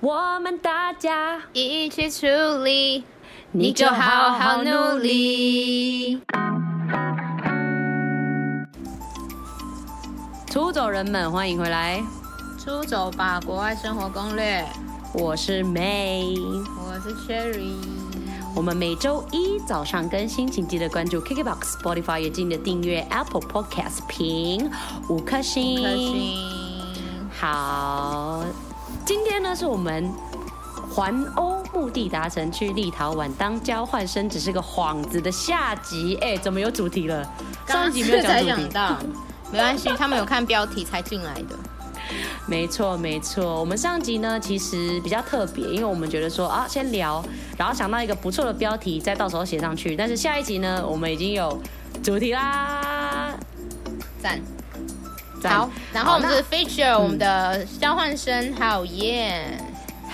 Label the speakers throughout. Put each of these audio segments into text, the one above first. Speaker 1: 我们大家
Speaker 2: 一起处理，
Speaker 1: 你
Speaker 2: 你
Speaker 1: 就
Speaker 2: 就
Speaker 1: 好
Speaker 2: 好
Speaker 1: 好
Speaker 2: 好
Speaker 1: 努
Speaker 2: 努力。
Speaker 1: 出走人们，欢迎回来，
Speaker 2: 出走吧，国外生活攻略。
Speaker 1: 我是 May。
Speaker 2: 我是 Sherry，
Speaker 1: 我们每周一早上更新，请记得关注 KKBOX、Spotify，也记得订阅 Apple Podcast，评五颗星。
Speaker 2: 可心。
Speaker 1: 好，今天呢是我们环欧目的达成，去立陶宛当交换生只是个幌子的下集。哎、怎么有主题了？上一集没有
Speaker 2: 才
Speaker 1: 讲主
Speaker 2: 想
Speaker 1: 题。
Speaker 2: 到，没关系，他们有看标题才进来的。
Speaker 1: 没错，没错。我们上集呢其实比较特别，因为我们觉得说啊，先聊，然后想到一个不错的标题，再到时候写上去。但是下一集呢，我们已经有主题啦。
Speaker 2: 赞。
Speaker 1: 赞
Speaker 2: 好，然后我们
Speaker 1: 好
Speaker 2: 是 feature 我们的交换生，还有燕。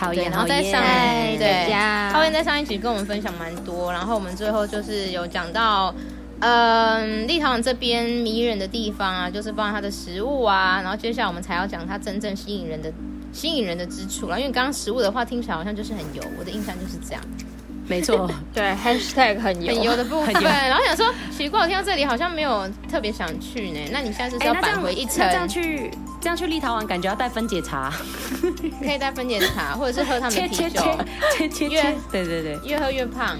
Speaker 1: 那哦好
Speaker 2: 对，
Speaker 1: 耶，
Speaker 2: 然后再
Speaker 1: 好耶
Speaker 2: 上
Speaker 3: 嗨
Speaker 2: 对，
Speaker 3: 大家
Speaker 2: 他会在上一集跟我们分享蛮多，然后我们最后就是有讲到，嗯，立陶宛这边迷人的地方啊，就是包含它的食物啊，然后接下来我们才要讲它真正吸引人的吸引人的之处了，因为刚刚食物的话听起来好像就是很油，我的印象就是这样，
Speaker 1: 没错。哎
Speaker 3: 对，#hashtag 很油，
Speaker 2: 很油的部分，
Speaker 1: 很油
Speaker 2: 然后想说奇怪，我听到这里好像没有特别想去呢，那你现在就是
Speaker 1: 哎、
Speaker 2: 要
Speaker 1: 那这
Speaker 2: 返
Speaker 1: 样
Speaker 2: 回一层，
Speaker 1: 那这样去这样去立陶宛，感觉要带分解茶。
Speaker 2: 可以带分解茶，或者是喝他们的
Speaker 1: 切
Speaker 2: 啤
Speaker 1: 切
Speaker 2: 酒，
Speaker 1: 切切切切
Speaker 2: 越，
Speaker 1: 对对对，
Speaker 2: 越喝越胖，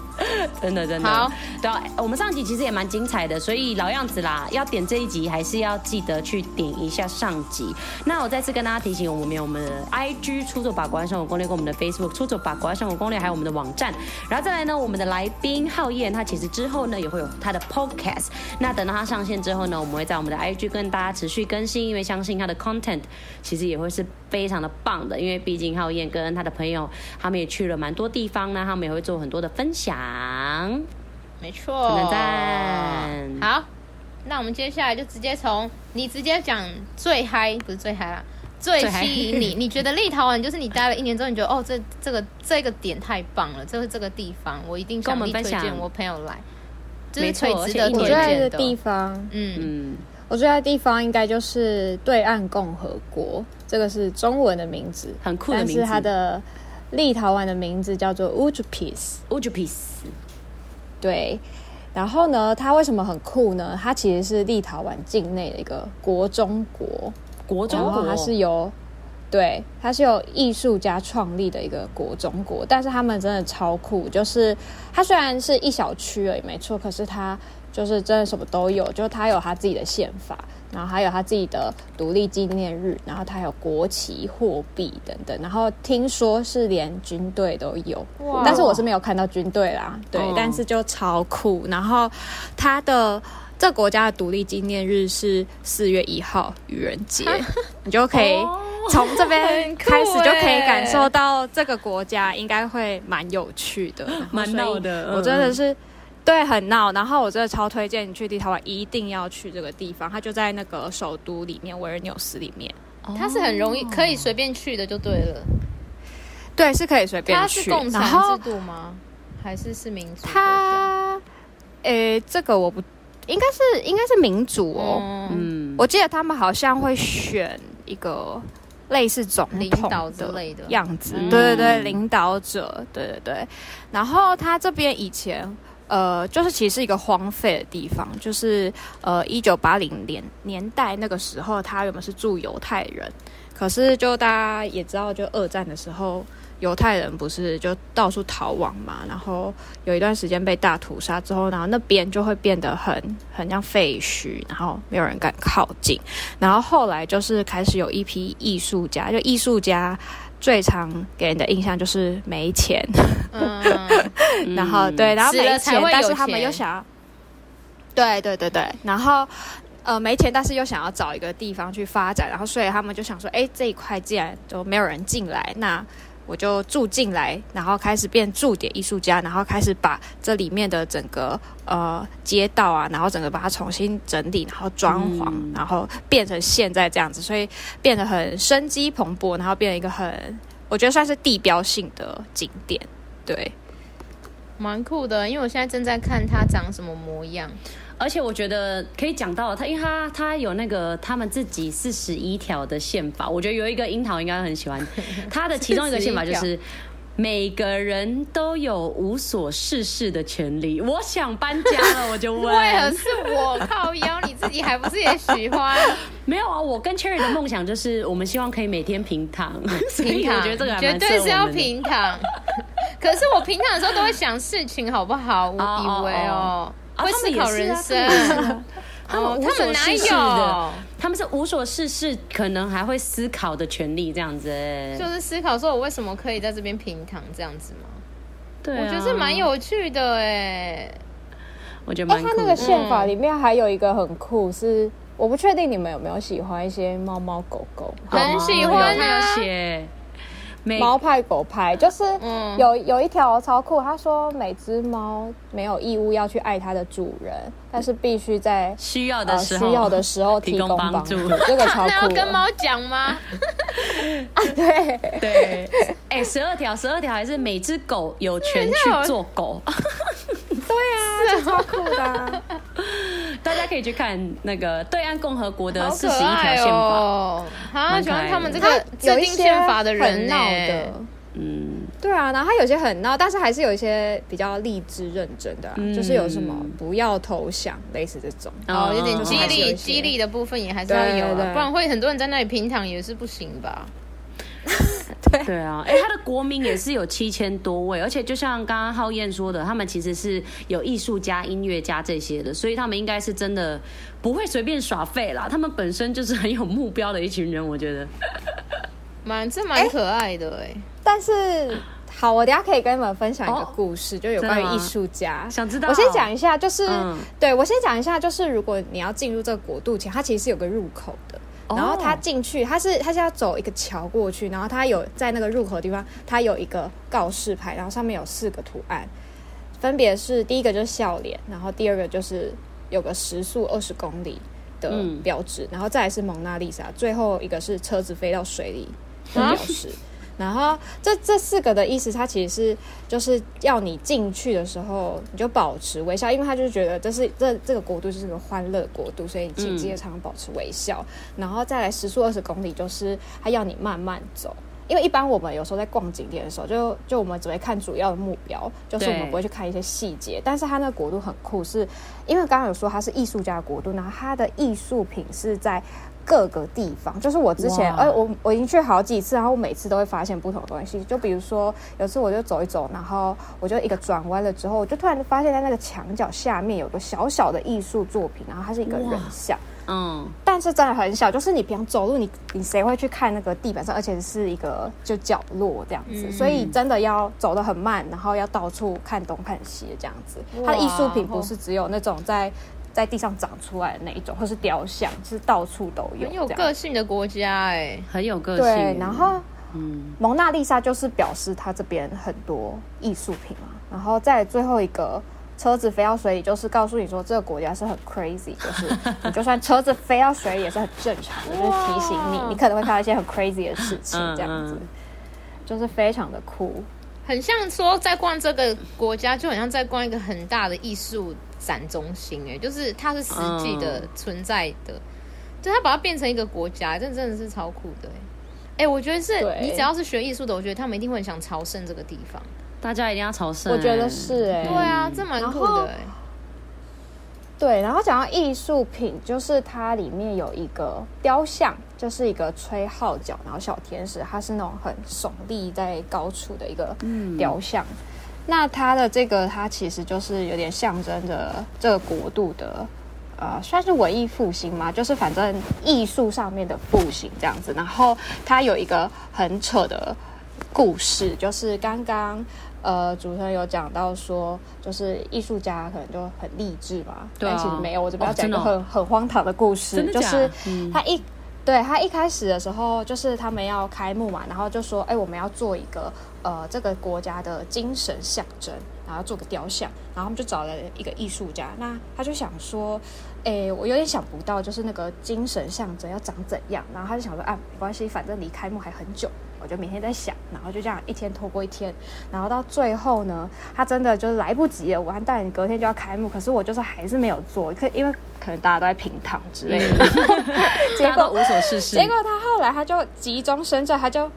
Speaker 1: 真的真的。
Speaker 2: 好，
Speaker 1: 对啊，我们上集其实也蛮精彩的，所以老样子啦，要点这一集还是要记得去点一下上集。那我再次跟大家提醒，我们有我们的 IG 出走吧国外生活攻略，跟我们的 Facebook 出走吧国外生活攻略，还有我们的网站。然后再来呢，我们的来宾浩燕，他其实之后呢也会有他的 Podcast。那等到他上线之后呢，我们会在我们的 IG 跟大家持续更新，因为相信他的 content 其实也会是非常的棒的，因为毕竟浩燕跟他的朋友他们也去了蛮多地方呢，他们也会做很多的分享。
Speaker 2: 没错，
Speaker 1: 点赞
Speaker 2: 好，那我们接下来就直接从你直接讲最嗨，不是最嗨啦，最
Speaker 1: 最嗨
Speaker 2: 吸 引你，你觉得立陶宛就是你待了一年之后，你觉得哦，这这个这个点太棒了，这个这个地方我一定
Speaker 1: 跟我
Speaker 2: 想
Speaker 1: 们
Speaker 2: 力推
Speaker 1: 分享
Speaker 2: 荐我朋友来，就
Speaker 1: 没
Speaker 2: 是
Speaker 1: 错
Speaker 2: 最值得
Speaker 1: 而且一
Speaker 3: 我
Speaker 2: 推
Speaker 3: 最爱
Speaker 2: 荐
Speaker 3: 的
Speaker 2: 的
Speaker 3: 地方，
Speaker 2: 嗯，
Speaker 1: 嗯，
Speaker 3: 我最爱的地方应该就是对岸共和国，这个是中文的名字，
Speaker 1: 很酷的名字
Speaker 3: 但是它的立陶宛的名字叫做 Ujpis。
Speaker 1: 乌吉 piece，
Speaker 3: 对，然后呢，它为什么很酷呢？它其实是立陶宛境内的一个国中国，
Speaker 1: 国中
Speaker 3: 然
Speaker 1: 国
Speaker 3: 后它哦是由对，它是由艺术家创立的一个国中国，但是他们真的超酷，就是它虽然是一小区而已，没错，可是它就是真的什么都有，就是它有它自己的宪法，然后还有它自己的独立纪念日，然后它还有国旗、货币等等，然后听说是连军队都有，但是我是没有看到军队啦，对，
Speaker 1: 哦
Speaker 3: 但是就超酷，然后它的。这国家的独立纪念日是四月一号愚人节，你就可以从这边
Speaker 2: 哦酷
Speaker 3: 开始就可以感
Speaker 2: 欸
Speaker 3: 受到这个国家应该会蛮有趣的，然后
Speaker 1: 蛮
Speaker 3: 所以
Speaker 1: 闹的
Speaker 3: 我真的
Speaker 1: 嗯
Speaker 3: 是对很闹，然后我真的超推荐你去立陶宛，一定要去这个地方，它就在那个首都里面维尔纽斯里面。
Speaker 2: 它是很容
Speaker 1: 哦
Speaker 2: 易可以随便去的就对了，
Speaker 3: 对，是可以随便
Speaker 2: 它
Speaker 3: 去。
Speaker 2: 是共
Speaker 3: 然后
Speaker 2: 产制度吗？还是是民主国家？
Speaker 3: 它，诶，这个我不，应该是应该是民主哦。
Speaker 1: 嗯，
Speaker 2: 嗯，
Speaker 3: 我记得他们好像会选一个类似总统
Speaker 2: 领导之
Speaker 3: 的
Speaker 2: 类的
Speaker 3: 样子，
Speaker 2: 嗯
Speaker 3: 对对对，领导者，对对对。然后他这边以前。呃，就是其实是一个荒废的地方，就是呃，一九八零年年代那个时候，他原本是住犹太人，可是就大家也知道，就二战的时候，犹太人不是就到处逃亡嘛，然后有一段时间被大屠杀之后，然后那边就会变得很很像废墟，然后没有人敢靠近。然后后来就是开始有一批艺术家，就艺术家最常给人的印象就是没钱，
Speaker 2: 嗯，
Speaker 1: 嗯
Speaker 3: 然后对，然后
Speaker 2: 死了
Speaker 3: 没
Speaker 2: 才
Speaker 3: 钱
Speaker 2: 会，
Speaker 3: 但
Speaker 2: 有
Speaker 3: 是他们
Speaker 2: 钱
Speaker 3: 又想要，对对对对，然后呃没钱，但是又想要找一个地方去发展，然后所以他们就想说，哎，这一块既然都没有人进来，那我就住进来，然后开始变驻点艺术家，然后开始把这里面的整个呃街道啊，然后整个把它重新整理，然后装潢，
Speaker 1: 嗯
Speaker 3: 然后变成现在这样子，所以变得很生机蓬勃，然后变成一个很我觉得算是地标性的景点，对。
Speaker 2: 蛮酷的，因为我现在正在看它长什么模样。
Speaker 1: 而且我觉得可以讲到它，因为它它有那个他们自己四十一条的宪法，我觉得有一个樱桃应该很喜欢。它的其中一个宪法就是每个人都有无所事事的权利。我想搬家了，我就 问。
Speaker 2: 为何是我靠腰？你自己还不是也喜欢？
Speaker 1: 没有啊，我跟 Cherry 的梦想就是我们希望可以每天平 躺，所以
Speaker 2: 躺
Speaker 1: 我觉得这个还
Speaker 2: 绝
Speaker 1: 蛮
Speaker 2: 对
Speaker 1: 适合
Speaker 2: 是要
Speaker 1: 我们的
Speaker 2: 平躺。可是我平躺的时候都会想事情好不好，无敌
Speaker 1: 哦
Speaker 2: 为哦，
Speaker 1: 啊
Speaker 2: 会
Speaker 1: 他们
Speaker 2: 思
Speaker 1: 也
Speaker 2: 考
Speaker 1: 是
Speaker 2: 人
Speaker 1: 啊
Speaker 2: 生。
Speaker 1: 他们
Speaker 2: 哦
Speaker 1: 无
Speaker 2: 他
Speaker 1: 所
Speaker 2: 们哪
Speaker 1: 事事
Speaker 2: 有
Speaker 1: 的，他们是无所事事，可能还会思考的权利这样子、欸。
Speaker 2: 就是思考说我为什么可以在这边平躺这样子吗？
Speaker 1: 对、啊，
Speaker 2: 我觉得这蛮，有趣的哎。
Speaker 1: 我觉得
Speaker 3: 哎、
Speaker 1: 蛮
Speaker 3: 它
Speaker 1: 酷
Speaker 3: 那
Speaker 1: 的。哦
Speaker 3: 个宪法里面还有一个很酷是。我不确定你们有没有喜欢一些猫猫狗狗，
Speaker 2: 很喜欢
Speaker 1: 有
Speaker 2: 啊
Speaker 1: 他有写每
Speaker 3: 猫派狗派，就是
Speaker 2: 嗯
Speaker 3: 有有一条超酷，他说每只猫没有义务要去爱它的主人，但是必须在
Speaker 1: 需要的
Speaker 3: 呃
Speaker 1: 时
Speaker 3: 需
Speaker 1: 候、
Speaker 3: 要的时候
Speaker 1: 提
Speaker 3: 提
Speaker 1: 供
Speaker 3: 供
Speaker 1: 帮
Speaker 3: 帮
Speaker 1: 助
Speaker 3: 助，这个超
Speaker 2: 那要
Speaker 3: 酷
Speaker 2: 跟
Speaker 3: 的。
Speaker 2: 猫讲吗？
Speaker 3: 对，
Speaker 1: 对，哎、十二条，十二条还是每只狗有权去做狗，
Speaker 3: 超酷的啊、
Speaker 1: 大家可以去看那个对岸共和国的
Speaker 2: 好
Speaker 1: 四
Speaker 2: 可
Speaker 1: 十呃一条
Speaker 2: 爱
Speaker 1: 宪法。
Speaker 2: 哦！好
Speaker 1: 蛮
Speaker 2: 喜
Speaker 1: 可爱
Speaker 2: 欢
Speaker 1: 的
Speaker 2: 他们这
Speaker 3: 它
Speaker 2: 个制
Speaker 3: 有一
Speaker 2: 定
Speaker 3: 些
Speaker 2: 宪法的人欸
Speaker 3: 很
Speaker 2: 呢
Speaker 3: 闹。的，
Speaker 1: 嗯，
Speaker 3: 对啊，然后它有些很闹，但是还是有一些比较励志认真的、啊，
Speaker 1: 嗯
Speaker 3: 就是有什么不要投降，类似这种。
Speaker 2: 哦，有点
Speaker 1: 嗯
Speaker 2: 激
Speaker 3: 就是还是有
Speaker 2: 励，
Speaker 3: 一些
Speaker 2: 激励的部分也还是要
Speaker 3: 对
Speaker 2: 有
Speaker 3: 对
Speaker 2: 啊，
Speaker 3: 对
Speaker 2: 不然会很多人在那里平躺也是不行吧？
Speaker 1: 对啊，哎、他的国民也是有七千多位，而且就像刚刚浩燕说的，他们其实是有艺术家、音乐家这些的，所以他们应该是真的不会随便耍废啦。他们本身就是很有目标的一群人，我觉得。
Speaker 2: 蛮这蛮可爱的哎、
Speaker 3: 但是好，我等一下可以跟你们分享一个
Speaker 1: 哦
Speaker 3: 故事，就有关于
Speaker 1: 真的吗
Speaker 3: 艺术家。
Speaker 2: 哦
Speaker 1: 想知道哦
Speaker 3: 我先讲一下，就是、
Speaker 1: 嗯
Speaker 3: 对我先讲一下，就是如果你要进入这个国度前，它其实是有个入口的。
Speaker 1: 哦
Speaker 3: 然后它进去，它是它是要走一个桥过去，然后它有在那个入口的地方，它有一个告示牌，然后上面有四个图案，分别是第一个就是笑脸，然后第二个就是有个时速二十公里的
Speaker 1: 嗯
Speaker 3: 标志，然后再来是蒙娜丽莎，最后一个是车子飞到水里的
Speaker 2: 啊
Speaker 3: 标识。然后这这四个的意思，它其实是就是要你进去的时候，你就保持微笑，因为他就是觉得这是这这个国度就是个欢乐国度，所以你请记得常常保持微笑。然后再来时速二十公里，就是他要你慢慢走。因为一般我们有时候在逛景点的时候，就就我们只会看主要的目标，就是我
Speaker 1: 对
Speaker 3: 们不会去看一些细节。但是它那个国度很酷是，因为刚刚有说它是艺术家的国度，然后它的艺术品是在各个地方。就是我之前，
Speaker 1: 哇
Speaker 3: 哎、我我已经去好几次，然后我每次都会发现不同的东西。就比如说，有次我就走一走，然后我就一个转弯了之后，我就突然发现在那个墙角下面有个小小的艺术作品，然后它是一个人像。
Speaker 1: 嗯，
Speaker 3: 但是真的很小，就是你平常走路你，你谁会去看那个地板上，而且是一个就角落这样子，所以
Speaker 2: 嗯
Speaker 3: 真的要走得很慢，然后要到处看东看西这样子。它的艺术品不是只有那种在在地上长出来的那一种，或是雕像，是到处都有
Speaker 2: 很有
Speaker 3: 这样。
Speaker 2: 个性的国家哎、
Speaker 1: 很有个性。
Speaker 3: 对，然后
Speaker 1: 嗯，
Speaker 3: 蒙娜丽莎就是表示它这边很多艺术品嘛，然后在最后一个车子飞到水里，就是告诉你说这个国家是很 crazy，就是你就算车子飞到水里也是很正常 的，就是提醒你，你可能会看到一些很 crazy 的事情
Speaker 1: 嗯，
Speaker 3: 这样子
Speaker 1: 嗯，
Speaker 3: 就是非常的酷。
Speaker 2: 很像说在逛这个国家，就很像在逛一个很大的艺术展中心哎、就是它是实际的
Speaker 1: 嗯
Speaker 2: 存在的，就它把它变成一个国家，这真的是超酷的哎、哎、我觉得是
Speaker 3: 对
Speaker 2: 你只要是学艺术的，我觉得他们一定会很想朝圣这个地方。
Speaker 1: 大家一定要朝圣。
Speaker 3: 我觉得是哎、
Speaker 2: 对啊，这蛮酷
Speaker 3: 然后
Speaker 2: 的、哎。
Speaker 3: 对，然后讲到艺术品，就是它里面有一个雕像，就是一个吹号角，然后小天使，它是那种很耸立在高处的一个
Speaker 1: 嗯
Speaker 3: 雕像。那它的这个，它其实就是有点象征着这个国度的，呃，算是文艺复兴嘛，就是反正艺术上面的复兴这样子。然后它有一个很扯的故事，就是刚刚呃主持人有讲到说，就是艺术家可能就很励志嘛，
Speaker 1: 对啊
Speaker 3: 但其实没有，我这边要讲一个
Speaker 1: 哦
Speaker 3: 很、
Speaker 1: 真的
Speaker 3: 很荒唐的故事
Speaker 1: 真，的
Speaker 3: 就
Speaker 1: 假
Speaker 3: 是
Speaker 1: 的嗯
Speaker 3: 他一。对他一开始的时候，就是他们要开幕嘛，然后就说，哎，我们要做一个呃这个国家的精神象征，然后做个雕像，然后他们就找了一个艺术家，那他就想说，哎，我有点想不到，就是那个精神象征要长怎样，然后他就想说，啊，没关系，反正离开幕还很久，我就每天在想，然后就这样一天拖过一天，然后到最后呢，他真的就是来不及了，武汉大典隔天就要开幕，可是我就是还是没有做，可因为可能大家都在平躺之类的，结
Speaker 1: 大家
Speaker 3: 果
Speaker 1: 都无所事事
Speaker 3: 结。果他后来他就急中生智，他就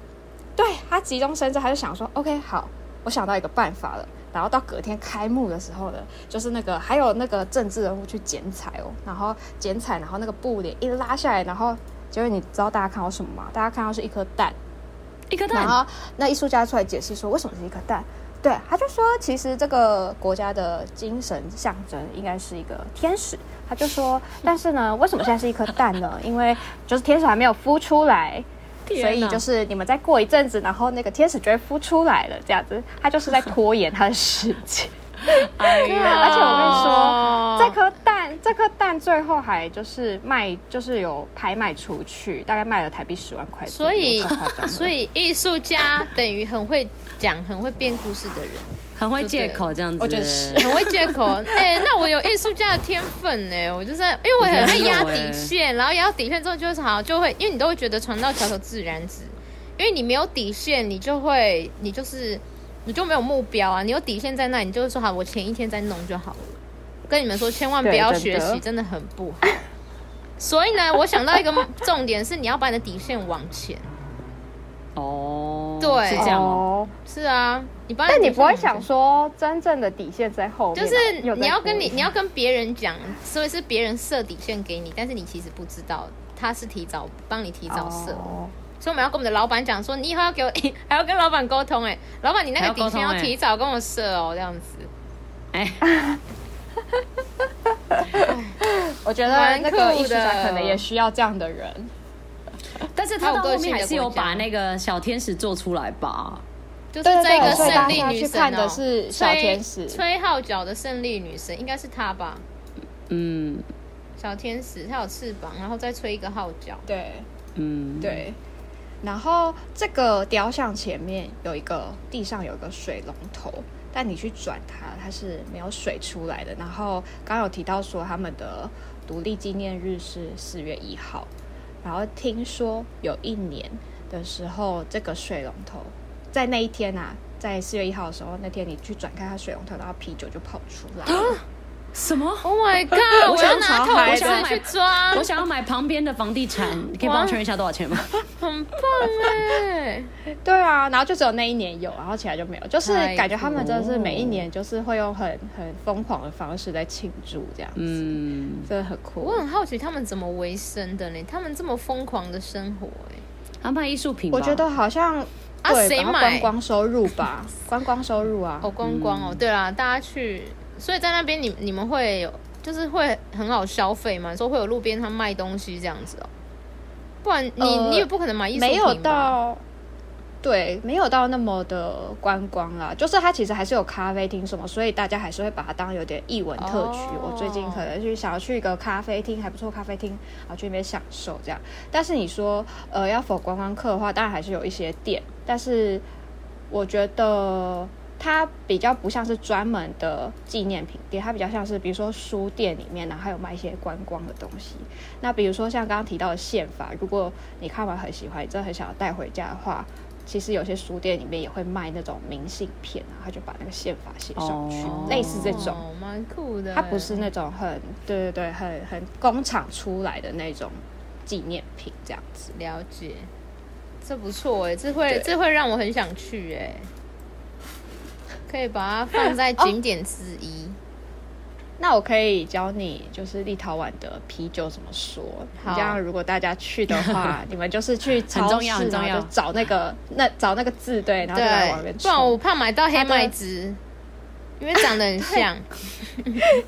Speaker 3: 对他急中生智，他就想说，OK，好，我想到一个办法了。然后到隔天开幕的时候呢，就是那个还有那个政治人物去剪彩哦，然后剪彩，然后那个布帘一拉下来，然后结果你知道大家看到什么吗？大家看到是一颗蛋，
Speaker 1: 一颗
Speaker 3: 然
Speaker 1: 蛋，
Speaker 3: 后那艺术家出来解释说，为什么是一颗蛋？对，他就说，其实这个国家的精神象征应该是一个天使。他就说，但是呢，为什么现在是一颗蛋 呢？因为就是天使还没有孵出来，
Speaker 1: 天
Speaker 3: 所以
Speaker 1: 哪
Speaker 3: 就是你们再过一阵子，然后那个天使就会孵出来了。这样子，他就是在拖延他的事情。
Speaker 2: 哎呀
Speaker 3: 啊
Speaker 2: 哦
Speaker 3: 而且我跟你说，这颗蛋，这颗蛋最后还就是卖，就是有拍卖出去，大概卖了台币十万块左
Speaker 2: 所以
Speaker 3: 右。太夸张了
Speaker 2: 所以艺术家等于很会讲、很会编故事的人，
Speaker 1: 很会借口这样子。
Speaker 3: 我觉得是
Speaker 2: 很会借口。哎、那我有艺术家的天分呢、我就是因为我很会压底线，然后压到底线之后就是好像就会，因为你都会觉得船到桥头自然直，因为你没有底线，你就会你就是你就没有目标啊，你有底线在那，你就会说好，我前一天再弄就好了。跟你们说，千万不
Speaker 3: 对
Speaker 2: 要
Speaker 3: 真
Speaker 2: 学
Speaker 3: 的
Speaker 2: 习，真的很不好。所以呢，我想到一个重点是，你要把你的底线往前。
Speaker 1: 哦，
Speaker 2: 对
Speaker 1: 是这样哦。
Speaker 3: 哦
Speaker 2: 是啊，你帮。
Speaker 3: 但你不会想，说真正的底线在后面
Speaker 2: 就
Speaker 3: 啊，
Speaker 2: 是
Speaker 3: 有在
Speaker 2: 你要
Speaker 3: 乎
Speaker 2: 跟你你要跟别人讲，所以是别人设底线给你，但是你其实不知道，他是提早帮你提早设。
Speaker 3: 哦
Speaker 2: 所以我们要跟我们的老板讲说，你以后要给我， 还要跟老板沟通哎、老板你那
Speaker 1: 还
Speaker 2: 个
Speaker 1: 要沟通
Speaker 2: 底线要
Speaker 1: 欸
Speaker 2: 提早跟我设哦，这样子。
Speaker 1: 哎，
Speaker 3: 我觉得
Speaker 2: 蛮
Speaker 3: 那
Speaker 2: 酷
Speaker 3: 个
Speaker 2: 的
Speaker 3: 艺术家可能也需要这样的人。
Speaker 1: 但是他到后面还是有把那个小天使做出来吧？
Speaker 2: 就是
Speaker 3: 对对
Speaker 2: 这个
Speaker 3: 对所以
Speaker 2: 胜
Speaker 3: 大
Speaker 2: 利
Speaker 3: 家
Speaker 2: 女
Speaker 3: 去
Speaker 2: 神、哦、
Speaker 3: 看的是小
Speaker 2: 崔
Speaker 3: 天使
Speaker 2: 崔浩角的胜利女神，应该是她吧？
Speaker 1: 嗯
Speaker 2: 小天使，她有翅膀，然后再吹一个号角。
Speaker 3: 对
Speaker 1: 嗯，，
Speaker 3: 对。然后这个雕像前面有一个地上有一个水龙头，但你去转它，它是没有水出来的。然后刚刚有提到说他们的独立纪念日是四月一号，然后听说有一年的时候，这个水龙头在那一天啊，在四月一号的时候，那天你去转开它水龙头，然后啤酒就跑出来了。
Speaker 1: 什么？
Speaker 2: Oh my god！
Speaker 1: 我
Speaker 2: 我
Speaker 1: 想
Speaker 2: 要拿
Speaker 1: 查海
Speaker 2: 透
Speaker 1: 的
Speaker 2: 视去抓
Speaker 1: 我，想要买旁边的房地产，可以帮我确认一下多少钱吗？
Speaker 2: 很棒哎！
Speaker 3: 对啊，然后就只有那一年有，然后其他就没有，就是
Speaker 2: 太
Speaker 3: 感觉他们真的是每一
Speaker 1: 酷
Speaker 3: 年就是会用很很疯狂的方式在庆祝这样子，
Speaker 1: 嗯，
Speaker 3: 真的很酷。
Speaker 2: 我很好奇他们怎么维生的呢？他们这么疯狂的生活哎，
Speaker 1: 安排艺术品吧。
Speaker 3: 我觉得好像
Speaker 2: 啊
Speaker 3: 对，
Speaker 2: 谁
Speaker 3: 然后
Speaker 2: 买
Speaker 3: 观光收入 吧，观光收入啊
Speaker 2: 哦，，观光哦，对啦，大家去，所以在那边你你们会有就是会很好消费嘛？说会有路边摊卖东西这样子哦，不然你、
Speaker 3: 呃
Speaker 2: 你也不可能买艺术
Speaker 3: 没
Speaker 2: 品吧
Speaker 3: 有到。对，没有到那么的观光啦，就是它其实还是有咖啡厅什么，所以大家还是会把它当有点艺文特区。
Speaker 2: 哦
Speaker 3: 我最近可能去想要去一个咖啡厅，还不错咖啡厅，然后去那边享受这样。但是你说呃要否观光客的话，当然还是有一些店，但是我觉得它比较不像是专门的纪念品店，它比较像是比如说书店里面，然后还有卖一些观光的东西。那比如说像刚刚提到的宪法，如果你看完很喜欢，你真的很想要带回家的话。其实有些书店里面也会卖那种明信片啊，他就把那个宪法写上去，
Speaker 1: 哦
Speaker 3: 类似这种。
Speaker 2: 哦蛮酷的。
Speaker 3: 它不是那种很对对对，很很工厂出来的那种纪念品这样子。
Speaker 2: 了解，这不错哎，这会
Speaker 3: 对
Speaker 2: 这会让我很想去哎，可以把它放在景点之一。
Speaker 3: 那我可以教你，就是立陶宛的啤酒怎么说。
Speaker 2: 好
Speaker 3: 这样，如果大家去的 话，你们就是去超
Speaker 1: 很重
Speaker 3: 市，
Speaker 1: 要很重
Speaker 3: 然后
Speaker 1: 要
Speaker 3: 就找 那个那找那个字，对， 然后就来往
Speaker 2: 对
Speaker 3: 那边，
Speaker 2: 不然我
Speaker 3: 冲。
Speaker 2: 怕买到黑麦汁，因为长得很 像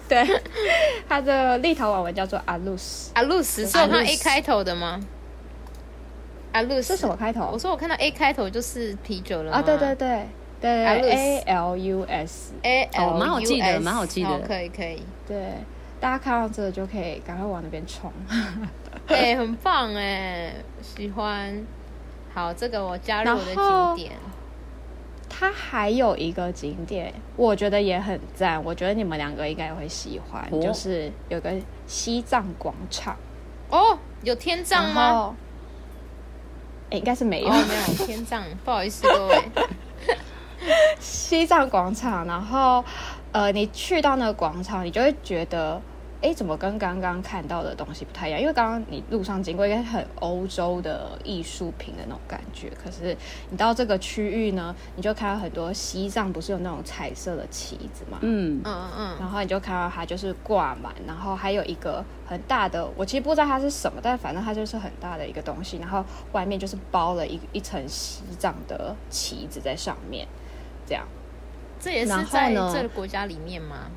Speaker 3: 对， 它的立陶宛文叫做阿鲁斯，
Speaker 2: 阿露
Speaker 3: 哎
Speaker 2: 斯，是我看到 A 开头的吗？阿露斯
Speaker 3: 是什么？开头
Speaker 2: 我？说我看到 A 开头就是啤酒了吗
Speaker 3: 啊，对对对对
Speaker 2: 阿
Speaker 3: 对
Speaker 2: 鲁斯
Speaker 3: ，A L U S，
Speaker 2: ，A
Speaker 1: 哦
Speaker 2: L
Speaker 1: 蛮好记得
Speaker 2: U S
Speaker 1: 蛮好记的
Speaker 2: 好可以可以，
Speaker 3: 对，大家看到这个就可以赶快往那边冲。
Speaker 2: 哎，很棒哎，喜欢。好，这个我加入我的
Speaker 3: 然后
Speaker 2: 景点。
Speaker 3: 它还有一个景点，我觉得也很赞，我觉得你们两个应该也会喜欢，
Speaker 1: 哦
Speaker 3: 就是有个西藏广场。
Speaker 2: 哦，有天葬
Speaker 3: 然
Speaker 2: 吗？
Speaker 3: 后？哎、诶应该是没有。
Speaker 2: 哦，没有天葬，不好意思各位。
Speaker 3: 西藏广场，然后呃，你去到那个广场，你就会觉得，哎，怎么跟刚刚看到的东西不太一样？因为刚刚你路上经过一个很欧洲的艺术品的那种感觉，可是你到这个区域呢，你就看到很多西藏不是有那种彩色的旗子嘛，
Speaker 1: 嗯，
Speaker 2: 嗯嗯嗯，
Speaker 3: 然后你就看到它就是挂满，然后还有一个很大的，我其实不知道它是什么，但反正它就是很大的一个东西，然后外面就是包了一一层西藏的旗子在上面，这样。
Speaker 2: 这也是
Speaker 3: 然后
Speaker 2: 在
Speaker 3: 呢
Speaker 2: 这个国家里面吗？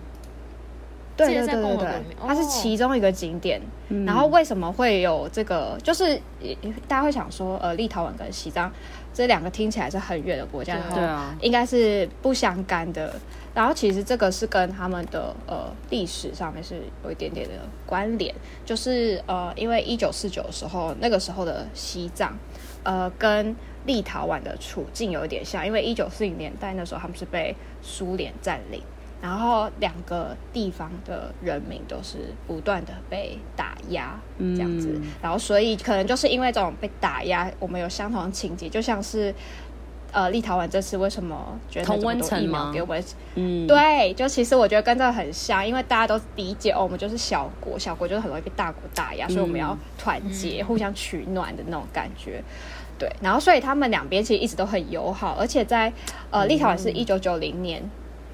Speaker 3: 对
Speaker 2: 这也
Speaker 3: 对
Speaker 2: 在
Speaker 3: 对
Speaker 2: 共
Speaker 3: 对
Speaker 2: 和国
Speaker 3: 对
Speaker 2: 里面，
Speaker 3: 它是
Speaker 2: 哦
Speaker 3: 其中一个景点。
Speaker 1: 嗯
Speaker 3: 然后为什么会有这个？就是也大家会想说，呃，立陶宛跟西藏这两个听起来是很远的国家，
Speaker 2: 对
Speaker 3: 然
Speaker 1: 对
Speaker 3: 后
Speaker 1: 啊，
Speaker 3: 应该是不相干的。然后其实这个是跟他们的呃历史上面是有一点点的关联，就是呃，因为一九四九的时候，那个时候的西藏，呃，跟立陶宛的处境有一点像，因为一九四零年代那时候他们是被苏联占领，然后两个地方的人民都是不断的被打压，这样子，
Speaker 1: 嗯
Speaker 3: 然后所以可能就是因为这种被打压，我们有相同的情节，就像是呃立陶宛这次为什么觉得
Speaker 1: 同温层
Speaker 3: 疫苗
Speaker 1: 吗
Speaker 3: 给我们？
Speaker 1: 嗯，
Speaker 3: 对，啊就其实我觉得跟这很像，因为大家都理解哦，我们就是小国，小国就是很容易被大国打压，所以我
Speaker 1: 嗯
Speaker 3: 们要团结、互相取暖的那种感觉。对，然后所以他们两边其实一直都很友好，而且在呃
Speaker 1: 嗯
Speaker 3: 立陶宛是一九九零年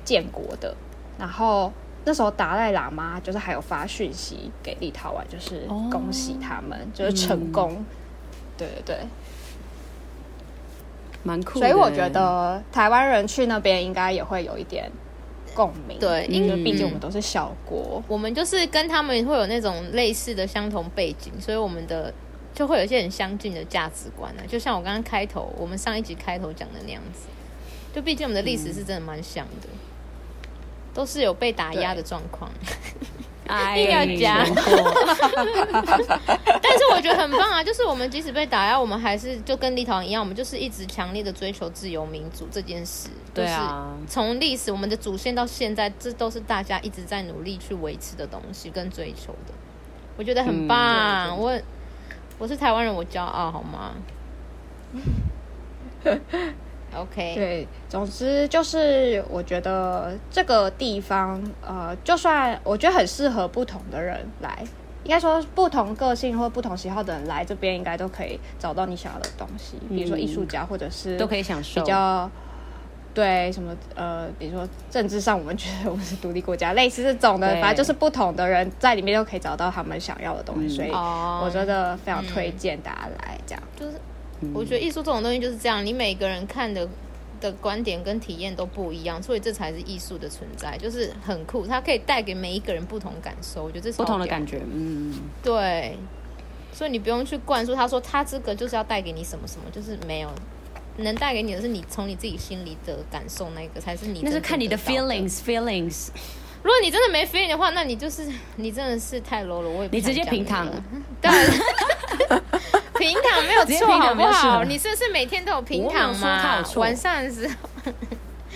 Speaker 3: 建国的，然后那时候达赖喇嘛就是还有发讯息给立陶宛，就是
Speaker 1: 哦嗯
Speaker 3: 恭喜他们，就是成功。对对对，
Speaker 1: 蛮酷的
Speaker 3: 所
Speaker 1: 欸。
Speaker 3: 以我觉得台湾人去那边应该也会有一点共鸣，
Speaker 2: 对
Speaker 3: 因为
Speaker 1: 嗯
Speaker 3: 毕竟我们都是小国，
Speaker 2: 我们就是跟他们会有那种类似的相同背景，所以我们的就会有一些很相近的价值观啊。就像我刚刚开头，我们上一集开头讲的那样子，就毕竟我们的历史是真的蛮像的，都是有被打压的状况。
Speaker 1: 哎
Speaker 2: 硬要
Speaker 1: 呀，
Speaker 2: 夹
Speaker 1: 你说过
Speaker 2: 但是我觉得很棒啊，就是我们即使被打压，我们还是就跟立陶宛一样，我们就是一直强烈的追求自由民主这件事。
Speaker 1: 对啊
Speaker 2: 就是从历史我们的祖先到现在，这都是大家一直在努力去维持的东西跟追求的，我觉得很棒。我我是台湾人，我骄傲好吗？OK，
Speaker 3: 对，总之就是我觉得这个地方，呃，就算我觉得很适合不同的人来，应该说不同个性或不同喜好的人来这边，应该都可以找到你想要的东西，比如说艺术家或者是
Speaker 1: 都可以享受，
Speaker 3: 比较对什么呃，比如说政治上，我们觉得我们是独立国家，类似这种的，
Speaker 1: 对
Speaker 3: 反正就是不同的人在里面都可以找到他们想要的东西，
Speaker 1: 嗯
Speaker 3: 所以
Speaker 2: 哦
Speaker 3: 我真的非常推荐大家来这样。
Speaker 2: 就是
Speaker 1: 嗯
Speaker 2: 我觉得艺术这种东西就是这样，你每个人看的的观点跟体验都不一样，所以这才是艺术的存在，就是很酷，它可以带给每一个人不同感受。我觉得这
Speaker 1: 不同的
Speaker 2: 觉，
Speaker 1: 感觉，嗯，
Speaker 2: 对，所以你不用去灌输他说他这个就是要带给你什么什么，就是没有。能带给你的是你从你自己心里的感受，那个才是你。
Speaker 1: 那是看你的
Speaker 2: 的
Speaker 1: feelings，feelings，
Speaker 2: 如果你真的没 feeling 的话，那你就是你真的是太 low 了。我也不
Speaker 1: 你直接
Speaker 2: 想讲
Speaker 1: 平躺
Speaker 2: 了。当然，平躺没有
Speaker 1: 直接
Speaker 2: 错，
Speaker 1: 平
Speaker 2: 好
Speaker 1: 躺没
Speaker 2: 不
Speaker 1: 有事
Speaker 2: 好？你是不是每天都有平躺
Speaker 1: 我没有说他有
Speaker 2: 嘛？
Speaker 1: 错
Speaker 2: 晚上的时候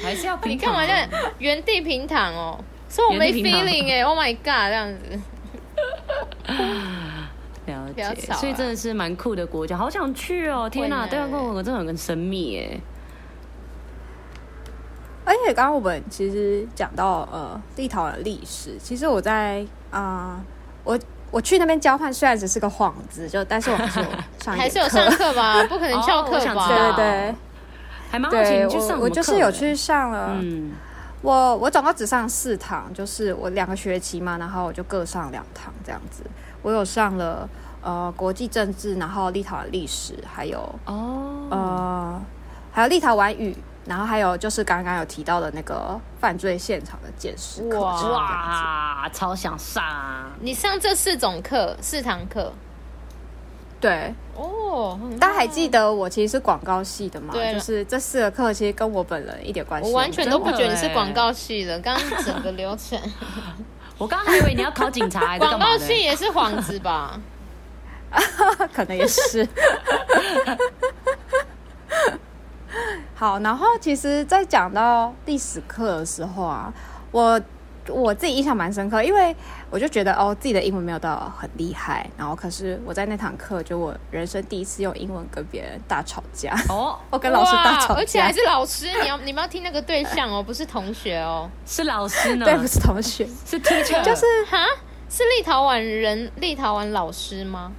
Speaker 1: 还是要
Speaker 2: 你
Speaker 1: 平
Speaker 2: 干
Speaker 1: 躺啊
Speaker 2: 嘛这样原地平躺哦？说我没
Speaker 1: 原地平躺
Speaker 2: feeling 哎，Oh my god，这样子。
Speaker 1: 了
Speaker 2: 不要
Speaker 1: 解，
Speaker 2: 吵啊
Speaker 1: 所以真的是蛮酷的国家，好想去哦！天哪，
Speaker 2: 会呢
Speaker 1: 对岸共和国真的很神秘哎。
Speaker 4: 而且刚刚我们其实讲到呃立陶宛的历史，其实我在啊、我我去那边交换虽然只是个幌子，就但是我还是有上 一点
Speaker 2: 还是有
Speaker 4: 课
Speaker 2: 上课吧，不可能翘
Speaker 1: 哦我
Speaker 2: 课
Speaker 1: 想
Speaker 2: 吧？
Speaker 1: 知道
Speaker 4: 对对
Speaker 1: 还蛮好奇，
Speaker 4: 对，
Speaker 1: 你去上什
Speaker 4: 我
Speaker 1: 么
Speaker 4: 我就是有
Speaker 1: 课
Speaker 4: 去上
Speaker 1: 哎，
Speaker 4: 了，
Speaker 1: 嗯，
Speaker 4: 我我总共只上四堂，就是我两个学期嘛，然后我就各上两堂这样子。我有上了呃国际政治，然后立陶宛历史，还有
Speaker 2: 嗯
Speaker 1: 哦，
Speaker 4: 呃还有立陶宛语，然后还有就是刚刚有提到的那个犯罪现场的见识课
Speaker 2: 哇
Speaker 4: 程这样子。
Speaker 1: 哇，超想上，啊
Speaker 2: 你上这四种课，四堂课
Speaker 4: 对，
Speaker 2: 哦。很
Speaker 4: 大家还
Speaker 2: 棒
Speaker 4: 记得我其实是广告系的嘛？
Speaker 2: 对了
Speaker 4: 就是这四个课其实跟我本人一点关系
Speaker 2: 我
Speaker 4: 都没有。
Speaker 2: 完全都不觉得你是
Speaker 1: 真的欸
Speaker 2: 广告系的，刚刚整个流程，
Speaker 1: 我刚刚还以为你要考警 察还是
Speaker 2: 广
Speaker 1: 干嘛
Speaker 2: 告
Speaker 1: 的
Speaker 2: 系？也是幌子吧？
Speaker 4: 可能也 是。好，然后其实，在讲到历史课的时候啊，我
Speaker 3: 我自己印象蛮深刻，因为我就觉得哦，自己的英文没有到很厉害，然后可是我在那堂课就我人生第一次用英文跟别人大吵架，
Speaker 1: 哦，
Speaker 3: 我跟老师大
Speaker 2: 哇
Speaker 3: 吵
Speaker 2: 而且
Speaker 3: 架
Speaker 2: 还，是老师，你要你们要听那个对象哦，不是同学哦，
Speaker 1: 是老师呢？
Speaker 3: 对，不是同学，
Speaker 1: 是 teacher，
Speaker 3: 就是
Speaker 2: 哈，是立陶宛人，立陶宛老师吗？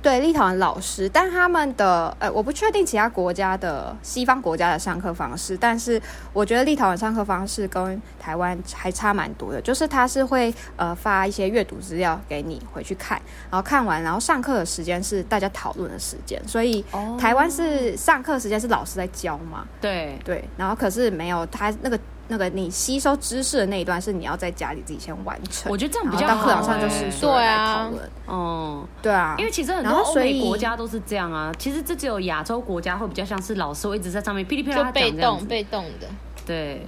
Speaker 3: 对立陶宛老师，但他们的呃，我不确定其他国家的西方国家的上课方式，但是我觉得立陶宛上课方式跟台湾还差蛮多的，就是他是会呃发一些阅读资料给你回去看，然后看完，然后上课的时间是大家讨论的时间，所以
Speaker 1: 哦
Speaker 3: 台湾是上课时间是老师在教嘛，
Speaker 1: 对，
Speaker 3: 对，然后可是没有他那个那个你吸收知识的那一段是你要在家里自己先完成
Speaker 1: 我，觉得这样
Speaker 3: 然
Speaker 1: 比
Speaker 3: 后
Speaker 1: 较
Speaker 3: 到
Speaker 1: 好。
Speaker 3: 课堂上就是
Speaker 1: 哎
Speaker 3: 所有
Speaker 2: 对
Speaker 3: 人来
Speaker 2: 啊
Speaker 3: 讨论，
Speaker 1: 哦，
Speaker 3: 对啊，
Speaker 1: 因为其实很多
Speaker 3: 然后
Speaker 1: 欧
Speaker 3: 所
Speaker 1: 美
Speaker 3: 以
Speaker 1: 国家都是这样啊。其实这只有亚洲国家会比较像是老师会一直在上面噼里啪
Speaker 2: 就
Speaker 1: 啦
Speaker 2: 被
Speaker 1: 讲这样
Speaker 2: 动
Speaker 1: 子。
Speaker 2: 被动的，
Speaker 1: 对，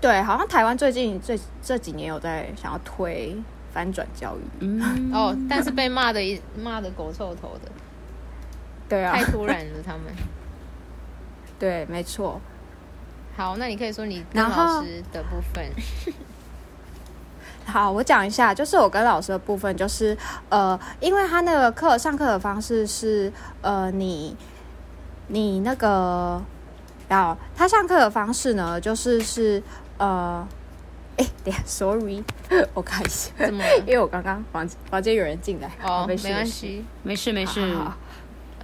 Speaker 3: 对，好像台湾最近最这几年有在想要推翻转教育。
Speaker 1: 嗯，
Speaker 2: 哦，但是被骂的一骂的狗臭头的，
Speaker 3: 对啊
Speaker 2: 太，突然了，他们。
Speaker 3: 对，没错。
Speaker 2: 好，那你可以说你跟
Speaker 3: 然后
Speaker 2: 老师的部分，
Speaker 3: 好，我讲一下，就是我跟老师的部分，就是呃，因为他那个课上课的方式是呃，你你那个，然后他上课的方式呢，就是是呃，哎，等一下，sorry，我 看一下，
Speaker 2: 怎么了
Speaker 3: 因为我刚刚房房间有人进来，
Speaker 2: 哦，
Speaker 3: 我
Speaker 2: 没
Speaker 3: 被视
Speaker 2: 关
Speaker 3: 为是，
Speaker 2: 系嗯
Speaker 1: 没事没事
Speaker 3: 好好好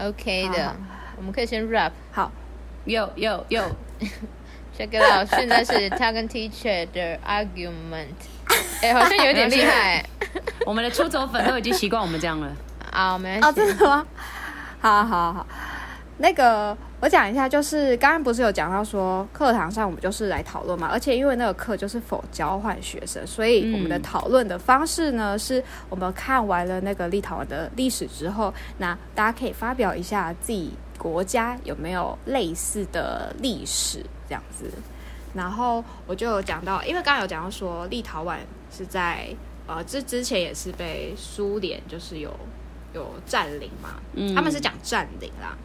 Speaker 2: ，OK
Speaker 3: 好
Speaker 2: 的
Speaker 3: 好，
Speaker 2: 我们可以先 rap。
Speaker 3: 好，
Speaker 1: ，Yo Yo Yo，
Speaker 2: Check it out，现在是他跟 teacher 的 argument，哎、好像有点厉 害
Speaker 1: 我们的出走粉都已经习惯我们这样了。
Speaker 2: 啊，没
Speaker 3: 哦，
Speaker 2: 关系，
Speaker 3: 真的吗？ 好好好，那个我讲一下，就是刚刚不是有讲到说课堂上我们就是来讨论嘛，而且因为那个课就是否交换学生，所以我们的
Speaker 1: 嗯
Speaker 3: 讨论的方式呢，是我们看完了那个立陶宛的历史之后，那大家可以发表一下自己国家有没有类似的历史这样子。然后我就有讲到，因为刚刚有讲到说立陶宛是在呃之之前也是被苏联就是有有占领嘛，
Speaker 1: 嗯
Speaker 3: 他们是讲占领啦。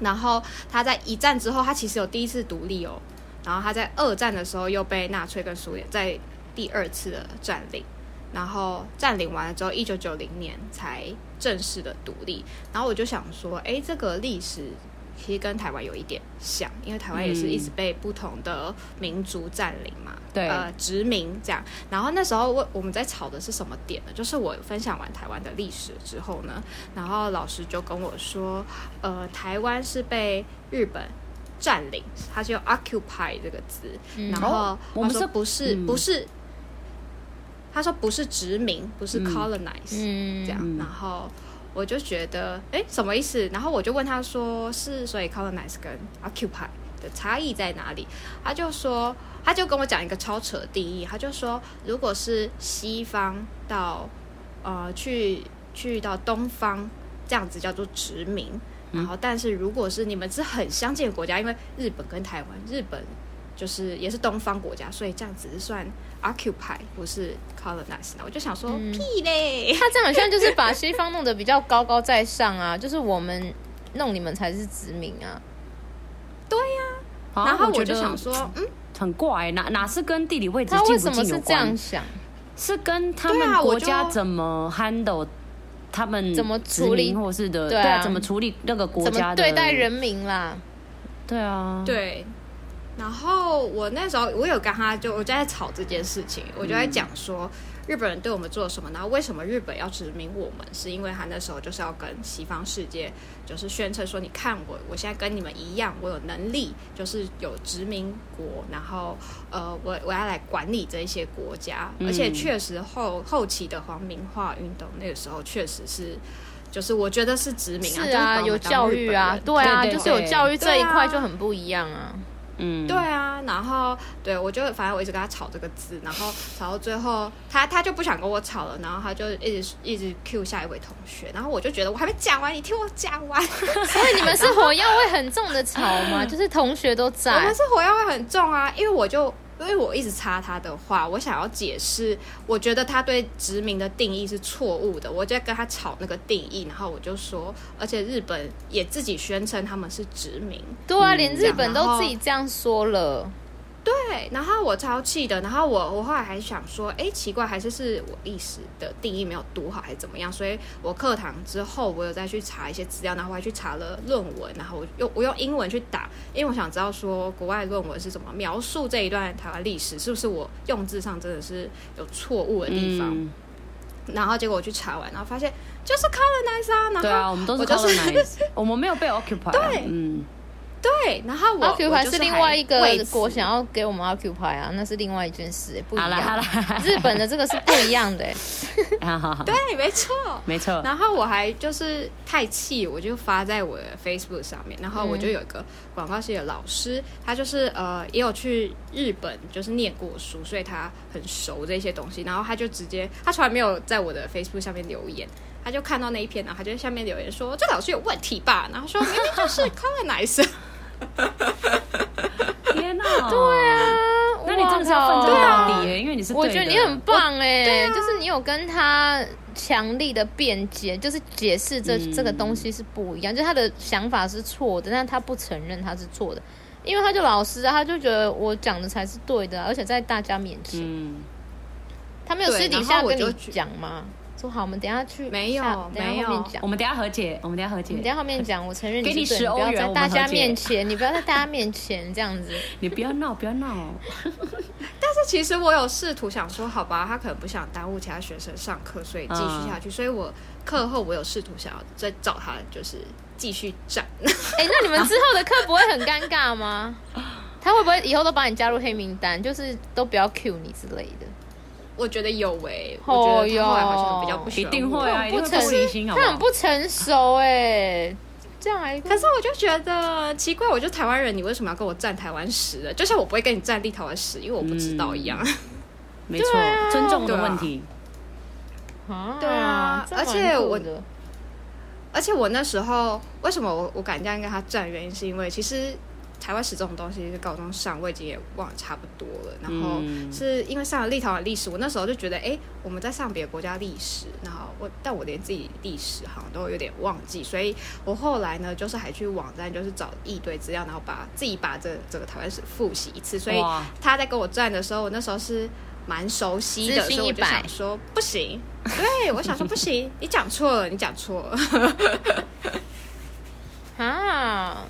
Speaker 3: 然后他在一战之后，他其实有第一次独立哦，然后他在二战的时候又被纳粹跟苏联在第二次的占领，然后占领完了之后，一九九零年才正式的独立。然后我就想说，哎，这个历史其实跟台湾有一点像，因为台湾也是一直被不同的民族占领嘛，
Speaker 1: 对
Speaker 3: 呃，殖民这样。然后那时候我我们在吵的是什么点呢？就是我分享完台湾的历史之后呢，然后老师就跟我说，呃，台湾是被日本。占领，他就用 occupy 这个字，
Speaker 2: 嗯
Speaker 3: 然后
Speaker 1: 哦我
Speaker 3: 他
Speaker 1: 们
Speaker 3: 说
Speaker 1: 是
Speaker 3: 不是、
Speaker 1: 嗯
Speaker 3: 不是，他说不是殖民，不是
Speaker 1: 嗯
Speaker 3: colonize，、
Speaker 2: 嗯
Speaker 3: 这样，
Speaker 1: 嗯
Speaker 3: 然后我就觉得，哎，什么意思？然后我就问他说，是所以 colonize 跟 occupy 的差异在哪里？他就说，他就跟我讲一个超扯的定义，他就说，如果是西方到呃去去到东方，这样子叫做殖民。然后，但是如果是你们是很相近的国家，因为日本跟台湾，日本就是也是东方国家，所以这样子是算 occupy，不是 colonize。那我就想说，
Speaker 2: 嗯
Speaker 3: 屁嘞！
Speaker 2: 他这样好像就是把西方弄得比较高高在上啊，就是我们弄你们才是殖民啊，
Speaker 1: 好
Speaker 2: 哦
Speaker 3: 然后
Speaker 1: 觉
Speaker 3: 我就
Speaker 1: 得
Speaker 3: 想说，嗯，
Speaker 1: 很怪，欸哪哪是跟地理位置
Speaker 2: 他为
Speaker 1: 近
Speaker 2: 什
Speaker 1: 不
Speaker 2: 么
Speaker 1: 近
Speaker 2: 是
Speaker 1: 有
Speaker 2: 这样
Speaker 1: 关？
Speaker 2: 想？
Speaker 1: 是跟他
Speaker 3: 对
Speaker 1: 们
Speaker 3: 啊我
Speaker 1: 国
Speaker 3: 就
Speaker 1: 家怎么 handle 他们
Speaker 2: 怎么
Speaker 1: 殖
Speaker 2: 处
Speaker 1: 民
Speaker 2: 理
Speaker 1: 或是的
Speaker 2: 对啊
Speaker 1: 怎么处理那个国
Speaker 2: 怎
Speaker 1: 家
Speaker 2: 么
Speaker 1: 的
Speaker 2: 对待人民啦？
Speaker 1: 对啊，
Speaker 3: 对。然后我那时候我有跟他就我就在吵这件事情，我就在讲
Speaker 2: 嗯
Speaker 3: 说、日本人对我们做了什么，然后为什么日本要殖民我们，是因为他那时候就是要跟西方世界就是宣称说，你看我我现在跟你们一样，我有能力，就是有殖民国，然后呃我我要来管理这一些国家，
Speaker 1: 嗯
Speaker 3: 而且确实后后期的皇民化运动那个时候确实是。就是我觉得是殖民
Speaker 2: 是
Speaker 3: 啊，就是把我
Speaker 2: 啊，
Speaker 3: 们
Speaker 2: 有
Speaker 3: 当
Speaker 2: 教
Speaker 3: 日
Speaker 2: 育
Speaker 3: 本
Speaker 2: 啊，
Speaker 3: 人
Speaker 2: 对啊，
Speaker 1: 对对
Speaker 2: 就是有
Speaker 1: 对
Speaker 2: 教育这一
Speaker 3: 对啊
Speaker 2: 块就很不一样啊。
Speaker 1: 嗯，
Speaker 3: 对啊，然后对我就反正我一直跟他吵这个字，然后吵到最后，他他就不想跟我吵了，然后他就一直一直 Q 下一位同学，然后我就觉得我还没讲完，你听我讲完。
Speaker 2: 所以你们是火药味很重的吵 吗？就是同学都
Speaker 3: 我们
Speaker 2: 在，
Speaker 3: 是火药味很重啊，因为我就因为我一直插他的话，我想要解释，我觉得他对殖民的定义是错误的，我就在跟他吵那个定义，然后我就说，而且日本也自己宣称他们是殖民，
Speaker 1: 嗯
Speaker 2: 对啊，连日本
Speaker 3: 然
Speaker 2: 都
Speaker 3: 后
Speaker 2: 自己这样说了。
Speaker 3: 对，然后我超气的，然后我我后来还想说，哎，奇怪，还是是我历史的定义没有读好，还是怎么样？所以我课堂之后，我有再去查一些资料，然后我还去查了论文，然后我用我用英文去打，因为我想知道说国外论文是怎么描述这一段台湾历史，是不是我用字上真的是有错误的地方？
Speaker 1: 嗯，
Speaker 3: 然后结果我去查完，然后发现就是 colonize 啊，然后
Speaker 1: 对啊，我们都是
Speaker 3: 我就是
Speaker 1: colonize，我 们没有被 occupy，啊
Speaker 3: 对
Speaker 1: 嗯，
Speaker 3: 对，然后我我
Speaker 2: occupy
Speaker 3: 就是
Speaker 2: 啊另外一个
Speaker 3: 国
Speaker 2: 国想要给我们 occupy 啊，那是另外一件事，不一
Speaker 1: 好啦好
Speaker 2: 样。
Speaker 1: 啦，
Speaker 2: 日本的这个是啊不一样的，欸
Speaker 1: 好好好，
Speaker 3: 对，没错，
Speaker 1: 没错，
Speaker 3: 然后我还就是太气，我就发在我的 Facebook 上面。然后我就有一个广告系的老师，他就是呃也有去日本就是念过书，所以他很熟这些东西。然后他就直接他从来没有在我的 Facebook 上面留言，他就看到那一篇，然后他就在下面留言说这老师有问题吧？然后说明明就是 colonizer。
Speaker 1: 天哪，对啊， 那你真的是要奋
Speaker 2: 哇
Speaker 1: 战
Speaker 2: 靠啊
Speaker 1: 到底耶，因为你是
Speaker 2: 我
Speaker 1: 对
Speaker 2: 觉得
Speaker 1: 的啊
Speaker 2: 你很棒哎、就是你有跟他强力的辩解，就是解释这、
Speaker 1: 嗯
Speaker 2: 这个东西是不一样，就是他的想法是错的，但他不承认他是错的，因为他就老实啊，他就觉得我讲的才是对的啊、而且在大家面前，
Speaker 1: 嗯，
Speaker 2: 他没有
Speaker 3: 对
Speaker 2: 私底
Speaker 3: 然后
Speaker 2: 下
Speaker 3: 我
Speaker 2: 跟
Speaker 3: 就
Speaker 2: 你
Speaker 3: 觉
Speaker 2: 讲吗？说好，我们等一下去
Speaker 3: 没有
Speaker 2: 下等一
Speaker 3: 没
Speaker 2: 下
Speaker 3: 有
Speaker 2: 后面讲
Speaker 1: 我。们等一下和解，我们等一下和
Speaker 2: 你等一
Speaker 1: 解，
Speaker 2: 下后面讲，我承认
Speaker 1: 给你
Speaker 2: 是
Speaker 1: 10
Speaker 2: 对的，
Speaker 1: 欧
Speaker 2: 不要
Speaker 1: 元
Speaker 2: 在
Speaker 1: 我
Speaker 2: 大
Speaker 1: 们和
Speaker 2: 家
Speaker 1: 解
Speaker 2: 面前，你不要在大家面前这样子。
Speaker 1: 你不要闹，不要闹，
Speaker 3: 但是其实我有试图想说，好吧，他可能不想耽误其他学生上课，所以继续下去。所以我课后我有试图想要再找他，就是继续站。
Speaker 2: 哎、那你们之后的课不会很尴尬 吗？他会不会以后都把你加入黑名单，就是都不要 cue 你之类的？
Speaker 3: 我觉得有诶、
Speaker 2: 哦
Speaker 3: 我觉得他后来好像比较不喜
Speaker 1: 一
Speaker 3: 欢我
Speaker 1: 定会啊，一定
Speaker 2: 不
Speaker 1: 会
Speaker 2: 成
Speaker 1: 玻璃心，好
Speaker 2: 他很
Speaker 1: 好？
Speaker 2: 不成熟哎、这样还
Speaker 3: 可是我就觉得奇怪，我就台湾人，你为什么要跟我站台湾史的？就像我不会跟你站立台湾史，因为我不知道一样。
Speaker 1: 没错，尊重的问题，
Speaker 2: 啊
Speaker 3: 对啊
Speaker 2: 这样蛮
Speaker 3: 而且我
Speaker 2: 酷的
Speaker 3: 而且我那时候为什么我我敢这样跟他站，原因是因为其实台湾史这种东西是高中上，我已经也忘了差不多了。然后
Speaker 1: 嗯
Speaker 3: 是因为上了立陶宛历史，我那时候就觉得，哎，我们在上别的国家历史，然后我但我连自己历史好像都有点忘记，所以我后来呢，就是还去网站就是找一堆资料，然后把自己把这整个台湾史复习一次。所以
Speaker 2: 啊
Speaker 1: 哇
Speaker 3: 他在跟我站的时候，我那时候是蛮熟悉
Speaker 2: 资
Speaker 3: 的，
Speaker 2: 讯
Speaker 3: 所以我就
Speaker 2: 100
Speaker 3: 想说不行，对我想说不行，你讲错了，你讲错了。
Speaker 2: 啊。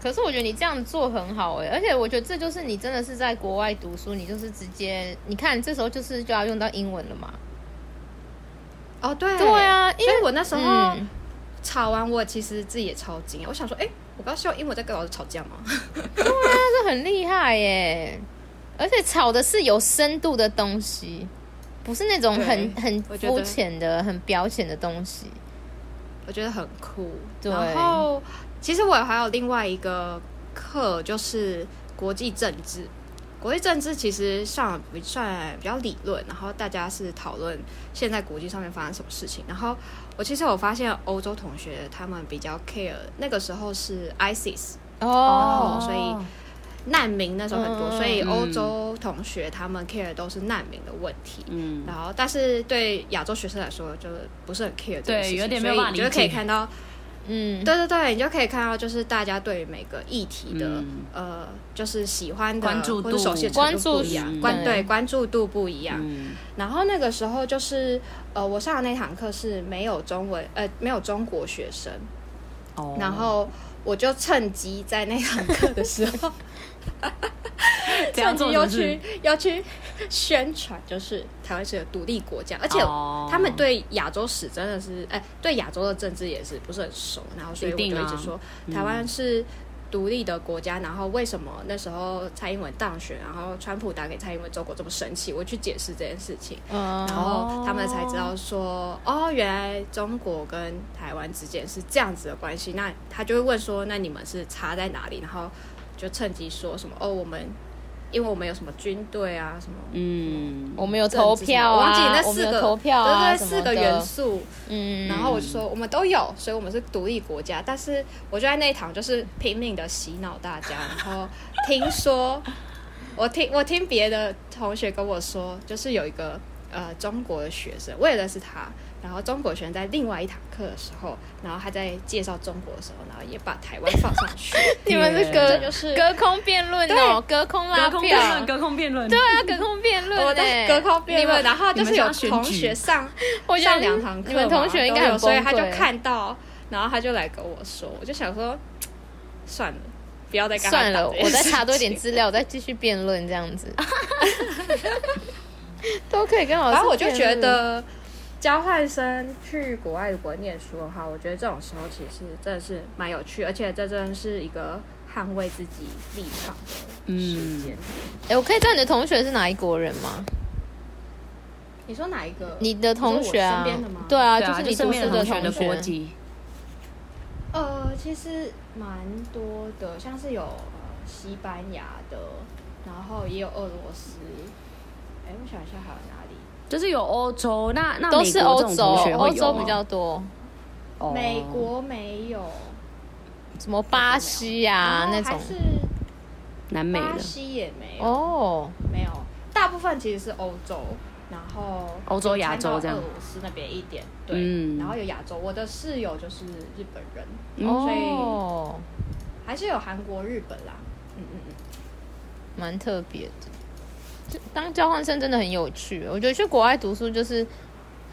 Speaker 2: 可是我觉得你这样做很好哎、而且我觉得这就是你真的是在国外读书，你就是直接你看这时候就是就要用到英文了嘛。
Speaker 3: 哦，对，
Speaker 2: 对啊因
Speaker 3: 所
Speaker 2: 为
Speaker 3: 以我那时候
Speaker 2: 嗯，
Speaker 3: 吵完，我其实自己也超惊讶，我想说，哎，我刚是用英文在跟老师吵架吗？
Speaker 2: 那是啊很厉害耶，而且炒的是有深度的东西，不是那种很
Speaker 3: 对
Speaker 2: 很
Speaker 3: 我觉得
Speaker 2: 肤浅的、很表浅的东西。
Speaker 3: 我觉得很酷。
Speaker 2: 对
Speaker 3: 然后其实我还有另外一个课，就是国际政治。国际政治其实上不算比较理论，然后大家是讨论现在国际上面发生什么事情。然后我其实有发现欧洲同学他们比较 care，那个时候是 ISIS
Speaker 2: 哦
Speaker 3: 哦，所以难民那时候很多，
Speaker 2: 嗯嗯
Speaker 3: 所以
Speaker 1: 嗯
Speaker 3: 欧洲同学他们 care 的都是难民的问题。
Speaker 1: 嗯，
Speaker 3: 然后，但是对亚洲学生来说，就是不是很 care 这
Speaker 1: 对
Speaker 3: 个事情，
Speaker 1: 有点没
Speaker 3: 所
Speaker 1: 有
Speaker 3: 以
Speaker 1: 办法
Speaker 3: 你就可以
Speaker 1: 理解
Speaker 3: 看到，
Speaker 2: 嗯，
Speaker 3: 对对对，你就可以看到，就是大家对于每个议题的、
Speaker 1: 嗯
Speaker 3: 呃，就是喜欢的
Speaker 1: 关注度
Speaker 3: 或者熟悉的程度不
Speaker 2: 关
Speaker 3: 一样，
Speaker 2: 注
Speaker 3: 关
Speaker 2: 嗯
Speaker 3: 对关注度不一样。
Speaker 1: 嗯
Speaker 3: 然后那个时候就是呃，我上的那堂课是没有中文呃没有中国学生，
Speaker 1: 哦
Speaker 3: 然后我就趁机在那堂课的时候
Speaker 1: 这样做是
Speaker 3: 要
Speaker 1: 不是
Speaker 3: 去要去宣传，就是台湾是个独立国家，而且
Speaker 1: 哦
Speaker 3: 他们对亚洲史真的是，哎、对亚洲的政治也是不是很熟，然后所以我就
Speaker 1: 一定啊
Speaker 3: 一直说、台湾是。独立的国家，然后为什么那时候蔡英文当选，然后川普打给蔡英文，中国这么生气？我去解释这件事情，
Speaker 2: 嗯
Speaker 3: 然后他们才知道说，哦，原来中国跟台湾之间是这样子的关系。那他就会问说，那你们是差在哪里？然后就趁机说什么，哦，我们因为我们有什么军队啊，什么
Speaker 1: 嗯，
Speaker 2: 我们有投票
Speaker 3: 我
Speaker 2: 啊，
Speaker 3: 忘记那
Speaker 2: 我们
Speaker 3: 四
Speaker 2: 有
Speaker 3: 个
Speaker 2: 投票啊，
Speaker 3: 对对对，四
Speaker 2: 什么的
Speaker 3: 个元，素。
Speaker 2: 嗯，
Speaker 3: 然后我就说我们都有，所以我们是独立国家。但是我就在那一堂就是拼命的洗脑大家，然后听说，我听 我听别的同学跟我说，就是有一个呃中国的学生，我也认识他。然后中国学生 在另外一堂课的时候，然后他在介绍中国的时候，然后也把台湾放上去，
Speaker 2: 你们是隔
Speaker 4: 就是
Speaker 2: 隔空辩论哦，隔空拉
Speaker 1: 隔啊空辩论，
Speaker 2: 票，
Speaker 1: 隔空辩论，
Speaker 2: 对啊，隔空辩论欸，
Speaker 3: 我在隔空辩论，
Speaker 2: 你们
Speaker 3: 然后
Speaker 1: 你
Speaker 3: 就
Speaker 1: 们
Speaker 3: 是
Speaker 1: 是
Speaker 3: 有
Speaker 1: 要选
Speaker 3: 同
Speaker 1: 举
Speaker 3: 学上
Speaker 2: 我觉得
Speaker 3: 上两堂课嘛，
Speaker 2: 你们同学应该
Speaker 3: 都
Speaker 2: 很
Speaker 3: 有，所以
Speaker 2: 崩
Speaker 3: 他就
Speaker 2: 溃
Speaker 3: 看到，然后他就来跟我说，我就想说，嗯算了，不要再跟他
Speaker 2: 算了，
Speaker 3: 打这件
Speaker 2: 我再
Speaker 3: 事
Speaker 2: 查多一
Speaker 3: 情
Speaker 2: 点资料，我再继续辩论这样子，都可以跟老师。
Speaker 3: 然后我就觉，得，交换生去国外如果念书的话，我觉得这种时候其实真的是蛮有趣，而且这真的是一个捍卫自己立场的时间。
Speaker 2: 哎、我可以知道你的同学是哪一国人吗？
Speaker 3: 你说哪一个？
Speaker 2: 你的同学啊
Speaker 3: 你说我身边的吗，
Speaker 2: 对啊，
Speaker 1: 对啊，
Speaker 2: 是
Speaker 1: 就
Speaker 2: 你
Speaker 1: 身
Speaker 2: 读
Speaker 1: 边
Speaker 2: 书
Speaker 1: 的同
Speaker 2: 同
Speaker 1: 学的国籍，
Speaker 3: 呃，其实蛮多的，像是有呃西班牙的，然后也有俄罗斯。哎，我想一下还有哪里？
Speaker 1: 就是有欧洲，那那
Speaker 2: 都
Speaker 1: 美
Speaker 2: 是
Speaker 1: 国
Speaker 2: 欧
Speaker 1: 这种
Speaker 2: 洲
Speaker 1: 同学，会
Speaker 2: 欧
Speaker 1: 有
Speaker 2: 洲
Speaker 1: 吗
Speaker 2: 比较多，
Speaker 1: 哦
Speaker 3: 美国没有，
Speaker 2: 什么巴西呀、
Speaker 3: 然后
Speaker 2: 啊那
Speaker 3: 哦还
Speaker 2: 种，
Speaker 3: 是
Speaker 1: 南美
Speaker 3: 巴
Speaker 1: 的，
Speaker 3: 西也没有。
Speaker 2: 哦，
Speaker 3: 没有，大部分其实是欧洲，然后
Speaker 1: 欧洲亚洲这样
Speaker 3: 有参到俄罗斯那边一点，对，
Speaker 1: 嗯
Speaker 3: 然后有亚洲。我的室友就是日本人，嗯所以
Speaker 2: 哦，
Speaker 3: 还是有韩国、日本啦。嗯嗯嗯，
Speaker 2: 蛮特别的。就当交换生真的很有趣，我觉得去国外读书就是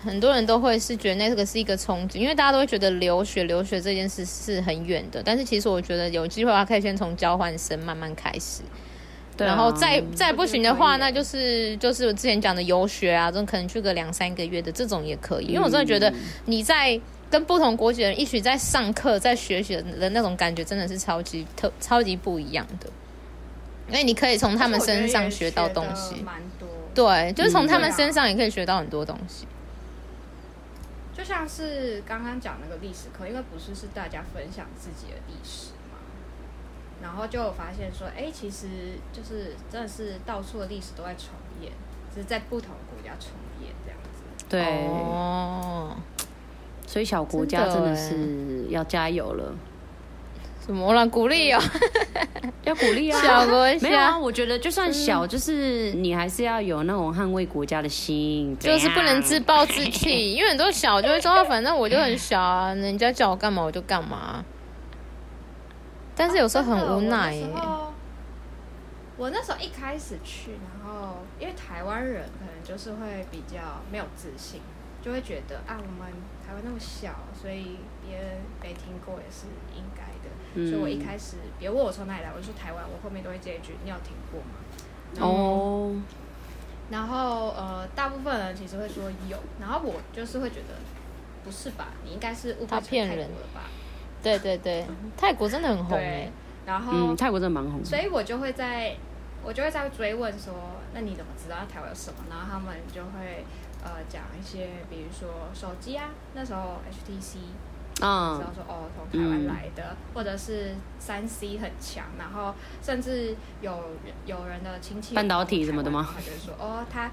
Speaker 2: 很多人都会是觉得那个是一个冲击，因为大家都会觉得留学留学这件事是很远的，但是其实我觉得有机会的话，可以先从交换生慢慢开始，
Speaker 1: 对啊
Speaker 2: 然后再再不行的话，
Speaker 3: 我觉得可以
Speaker 2: 那就是就是我之前讲的游学啊，这种可能去个两三个月的这种也可以，因为我真的觉得你在跟不同国籍的人一起在上课、在学习的那种感觉，真的是超级特、超级不一样的。因哎为你可以从他们身上学到东
Speaker 3: 我觉得也
Speaker 2: 西嗯
Speaker 3: 学得，蛮多。
Speaker 2: 对，就是从他们
Speaker 3: 对啊
Speaker 2: 身上也可以学到很多东西。
Speaker 3: 就像是刚刚讲那个历史课，因为不是是大家分享自己的历史嘛，然后就有发现说，哎，其实就是真的是到处的历史都在重演，只是在不同国家重演这样子。
Speaker 1: 对，
Speaker 2: 哦，
Speaker 1: 所以小国家
Speaker 2: 真
Speaker 1: 真
Speaker 2: 的欸
Speaker 1: 的是要加油了，
Speaker 2: 什么啦？鼓励哦，
Speaker 1: 要鼓励啊，
Speaker 2: 小国
Speaker 1: 没有啊，
Speaker 2: 家
Speaker 1: 我觉得就算小，就是你还是要有那种捍卫国家的心，
Speaker 2: 就是不能自
Speaker 1: 自
Speaker 2: 暴自弃，因为很多小就会说，哦反正我就很小啊，人家叫我干嘛我就干嘛。但是有时候很无奈耶
Speaker 3: 哦真的。我那时候我那时候一开始去，然后因为台湾人可能就是会比较没有自信，就会觉得啊，我们台湾那么小，所以别人没听过也是应该的。
Speaker 1: 嗯
Speaker 3: 所以我一开始别问我从哪里来，我就说台湾，我后面都会接一句你有听过吗？
Speaker 1: 哦，
Speaker 3: 然后呃，大部分人其实会说有，然后我就是会觉得不是吧，你应该是误会
Speaker 2: 他
Speaker 3: 成
Speaker 2: 骗
Speaker 3: 泰
Speaker 2: 人
Speaker 3: 国了吧？
Speaker 2: 对对对，泰国真的很红哎
Speaker 3: 对。，然后、
Speaker 1: 嗯，泰国真的蛮红的，
Speaker 3: 所以我就会在，我就会在追问说，那你怎么知道台湾有什么？然后他们就会呃讲一些，比如说手机啊，那时候 HTC
Speaker 1: 嗯
Speaker 3: 知道说哦从台湾来的，或者是三 C 很强，然后甚至有人有人的亲戚有
Speaker 1: 半导体
Speaker 3: 到过
Speaker 1: 什么的
Speaker 3: 台湾
Speaker 1: 吗
Speaker 3: 他就会说哦他，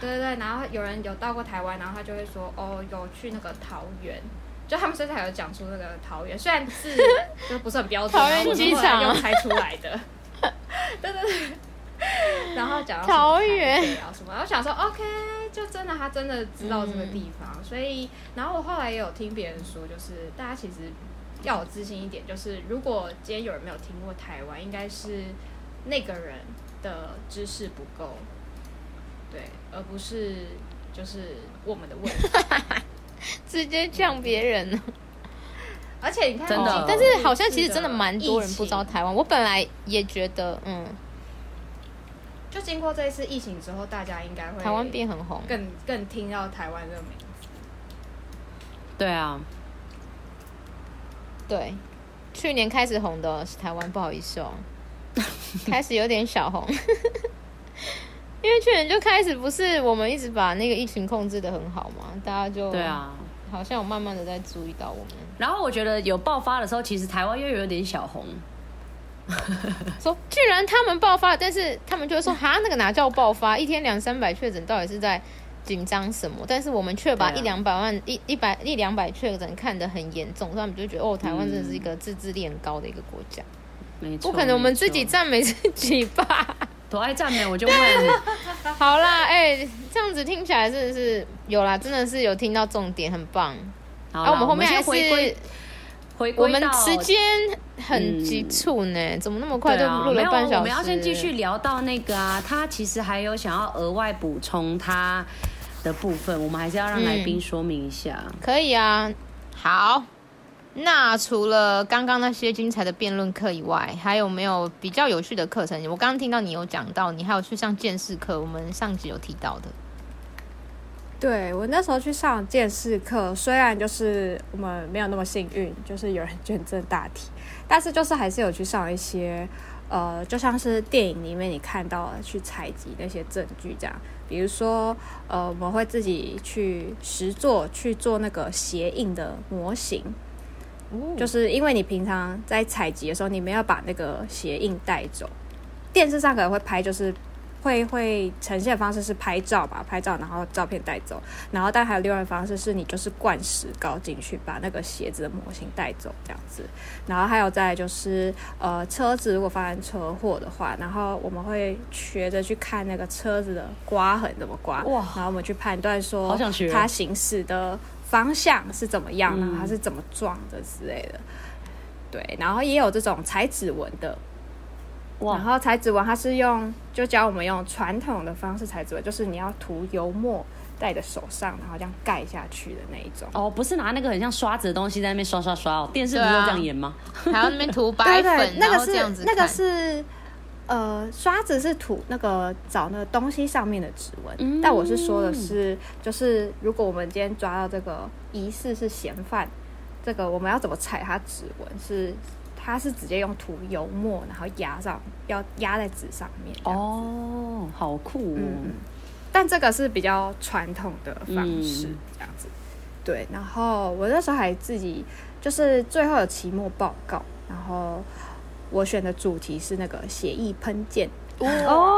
Speaker 3: 对对对，然后有人有到过台湾，然后他就会说哦有去那个桃园。就他们身上有讲出那个桃园，虽然字就不是很标准，
Speaker 2: 桃园
Speaker 3: 然后我是
Speaker 2: 机
Speaker 3: 后来
Speaker 2: 场啊
Speaker 3: 又猜出来的。 对对对。然后讲到什么
Speaker 2: 桃园
Speaker 3: 台北啊什么，我想说 OK，就真的他真的知道这个
Speaker 2: 嗯
Speaker 3: 地方，所以然后我后来也有听别人说，就是大家其实要有自信一点，就是如果今天有人没有听过台湾，应该是那个人的知识不够，对，而不是就是我们的问题。
Speaker 2: 直接呛别人了。
Speaker 3: 而且你看，
Speaker 1: 真的
Speaker 2: 但是好像其实真的蛮多人不知道台湾。我本来也觉得，嗯，
Speaker 3: 就经过这一次疫情之后，大家应该会
Speaker 2: 台湾变很红。
Speaker 3: 更更听到台湾这个名字。
Speaker 1: 对啊，
Speaker 2: 对，去年开始红的哦是台湾，不好 意思哦，开始有点小红。 因为去年就开始，不是我们一直把那个疫情控制的很好嘛，大家就
Speaker 1: 对，啊。
Speaker 2: 好像有慢慢的在注意到我们，
Speaker 1: 然后我觉得有爆发的时候，其实台湾又有点小红，
Speaker 2: 说居然他们爆发，但是他们就会说哈那个哪叫爆发，一天两三百确诊到底是在紧张什么？但是我们却把
Speaker 1: 对啊
Speaker 2: 一两百万、一一百一两百确诊看得很严重，所以他们就觉得哦，台湾真的是一个自制力很高的一个国家，
Speaker 1: 没错，
Speaker 2: 不可能我们自己
Speaker 1: 没错
Speaker 2: 赞美自己吧？
Speaker 1: 多爱赞美，我就问，
Speaker 2: 好啦，哎、这样子听起来真的是有啦，真的是有听到重点，很棒。
Speaker 1: 好
Speaker 2: 啊，
Speaker 1: 啦
Speaker 2: 我们后面
Speaker 1: 先
Speaker 2: 还
Speaker 1: 回归
Speaker 2: 是
Speaker 1: 回
Speaker 2: 我
Speaker 1: 归
Speaker 2: 们
Speaker 1: 到
Speaker 2: 时间很急促呢，怎么那么快就
Speaker 1: 对啊
Speaker 2: 录
Speaker 1: 没
Speaker 2: 了
Speaker 1: 有
Speaker 2: 半小时？
Speaker 1: 我们要先继续聊到那个啊，他其实还有想要额外补充他的部分，我们还是要让来宾说明一下。
Speaker 2: 可以啊，好。那除了刚刚那些精彩的辩论课以外，还有没有比较有趣的课程？我刚刚听到你有讲到，你还有去上见识课，我们上集有提到的。
Speaker 3: 对我那时候去上见识课，虽然就是我们没有那么幸运，就是有人捐赠大体，但是就是还是有去上一些，呃，就像是电影里面你看到的去采集那些证据这样，比如说，呃，我们会自己去实做去做那个鞋印的模型，就是因为你平常在采集的时候，你们要把那个鞋印带走。电视上可能会拍，就是会会呈现的方式是拍照吧，拍照然后照片带走，然后但还有另外的方式是你就是灌石膏进去，把那个鞋子的模型带走这样子。然后还有再来就是呃车子如果发生车祸的话，然后我们会学着去看那个车子的刮痕怎么刮，
Speaker 1: 哇
Speaker 3: 然后我们去判断说
Speaker 1: 好想学嗯
Speaker 3: 它行驶的方向是怎么样，然后它是怎么撞的之类的。对，然后也有这种裁指纹的，然
Speaker 1: 哇，
Speaker 3: 后裁指纹它是用就教我们用传统的方式裁指纹，就是你要涂油墨在你的手上，然后这样盖下去的那一种。
Speaker 1: 哦，不是拿那个很像刷子的东西在那边刷刷刷哦，电视不
Speaker 2: 对啊
Speaker 1: 是都这样演吗？
Speaker 2: 还要那边涂白
Speaker 3: 对
Speaker 2: 粉，
Speaker 3: 对，那
Speaker 2: 然
Speaker 3: 个
Speaker 2: 后这样子
Speaker 3: 是那个
Speaker 2: 看
Speaker 3: 是呃刷子是涂那个找那个东西上面的指纹，
Speaker 2: 嗯
Speaker 3: 但我是说的是就是如果我们今天抓到这个疑似是嫌犯，这个我们要怎么踩他指纹是？它是直接用涂油墨，然后压上，要压在纸上面。哦，
Speaker 1: 哦，好酷哦！
Speaker 2: 嗯
Speaker 3: 但这个是比较传统的方式，
Speaker 1: 嗯
Speaker 3: 这样子。对，然后我那时候还自己就是最后有期末报告，然后我选的主题是那个协议喷溅。
Speaker 2: 哦，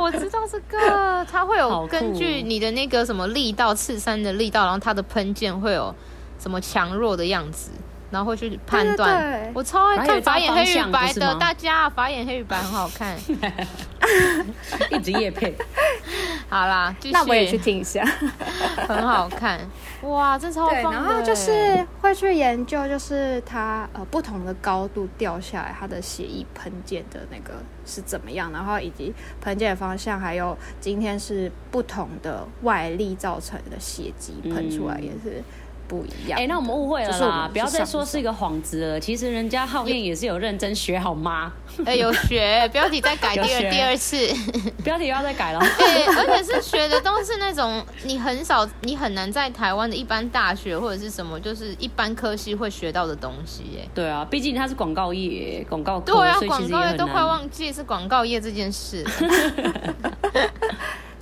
Speaker 2: 我知道这 个，它会
Speaker 1: 好
Speaker 2: 有
Speaker 1: 酷
Speaker 3: 哦
Speaker 2: 根据你的那个什么力道，刺山的力道，然后它的喷溅会有什么强弱的样子，然后会去判断。
Speaker 3: 对对对，
Speaker 2: 我超爱
Speaker 1: 然后有
Speaker 2: 看
Speaker 1: 一张
Speaker 2: 法眼黑与白
Speaker 1: 方向不是
Speaker 2: 的，
Speaker 1: 吗
Speaker 2: 大家法眼黑与白很好看。
Speaker 1: 一直夜配，
Speaker 2: 好啦，继续
Speaker 3: 那我也去听一下。
Speaker 2: 很好看，哇，真超棒
Speaker 3: 对，
Speaker 2: 的
Speaker 3: 然后
Speaker 1: 欸
Speaker 3: 就是会去研究，就是它呃不同的高度掉下来，它的血液喷溅的那个是怎么样，然后以及喷溅的方向，还有今天是不同的外力造成的血迹喷出来
Speaker 1: 嗯
Speaker 3: 也是不一样的。
Speaker 1: 哎、那我们误会
Speaker 3: 就
Speaker 1: 了
Speaker 3: 是我
Speaker 1: 啦
Speaker 3: 们！
Speaker 1: 不要再说是
Speaker 3: 上
Speaker 1: 一个幌子了，其实人家浩燕也是有认真学，好吗？
Speaker 2: 哎、有学标题再改第
Speaker 1: 有
Speaker 2: 二
Speaker 1: 学
Speaker 2: 第二 次。
Speaker 1: 标题不要再改了。
Speaker 2: 对，而且是学的都是那种你很少、你很难在台湾的一般大学或者是什么，就是一般科系会学到的东西哎耶。
Speaker 1: 对啊，毕竟他是广告业，广告科，
Speaker 2: 对啊，
Speaker 1: 所以其
Speaker 2: 广
Speaker 1: 实
Speaker 2: 告
Speaker 1: 也
Speaker 2: 业
Speaker 1: 很
Speaker 2: 都快
Speaker 1: 难。
Speaker 2: 忘记是广告业这件事了。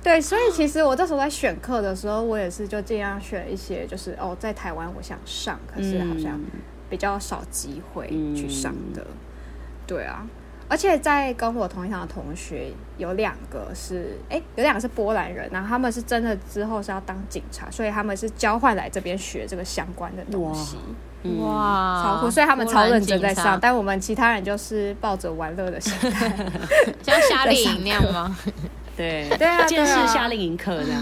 Speaker 3: 对，所以其实我这时候在选课的时候，我也是就尽量选一些，就是哦，在台湾我想上，可是好
Speaker 1: 嗯
Speaker 3: 像比较少机会去上的。对啊，而且在跟我同一堂的同学有两个是，哎，有两个是波兰人，然后他们是真的之后是要当警察，所以他们是交换来这边学这个相关的东西，
Speaker 1: 嗯
Speaker 2: 哇，
Speaker 3: 超
Speaker 1: 啊
Speaker 3: 酷，所以他们
Speaker 2: 波
Speaker 3: 超
Speaker 2: 兰
Speaker 3: 认真
Speaker 2: 警
Speaker 3: 在
Speaker 2: 察
Speaker 3: 上，，但我们其他人就是抱着玩乐的心 态。
Speaker 2: 像夏令
Speaker 3: 上
Speaker 2: 营那样吗？
Speaker 1: 对
Speaker 3: 对啊
Speaker 1: 见识
Speaker 3: 对啊
Speaker 1: 夏令营课这样。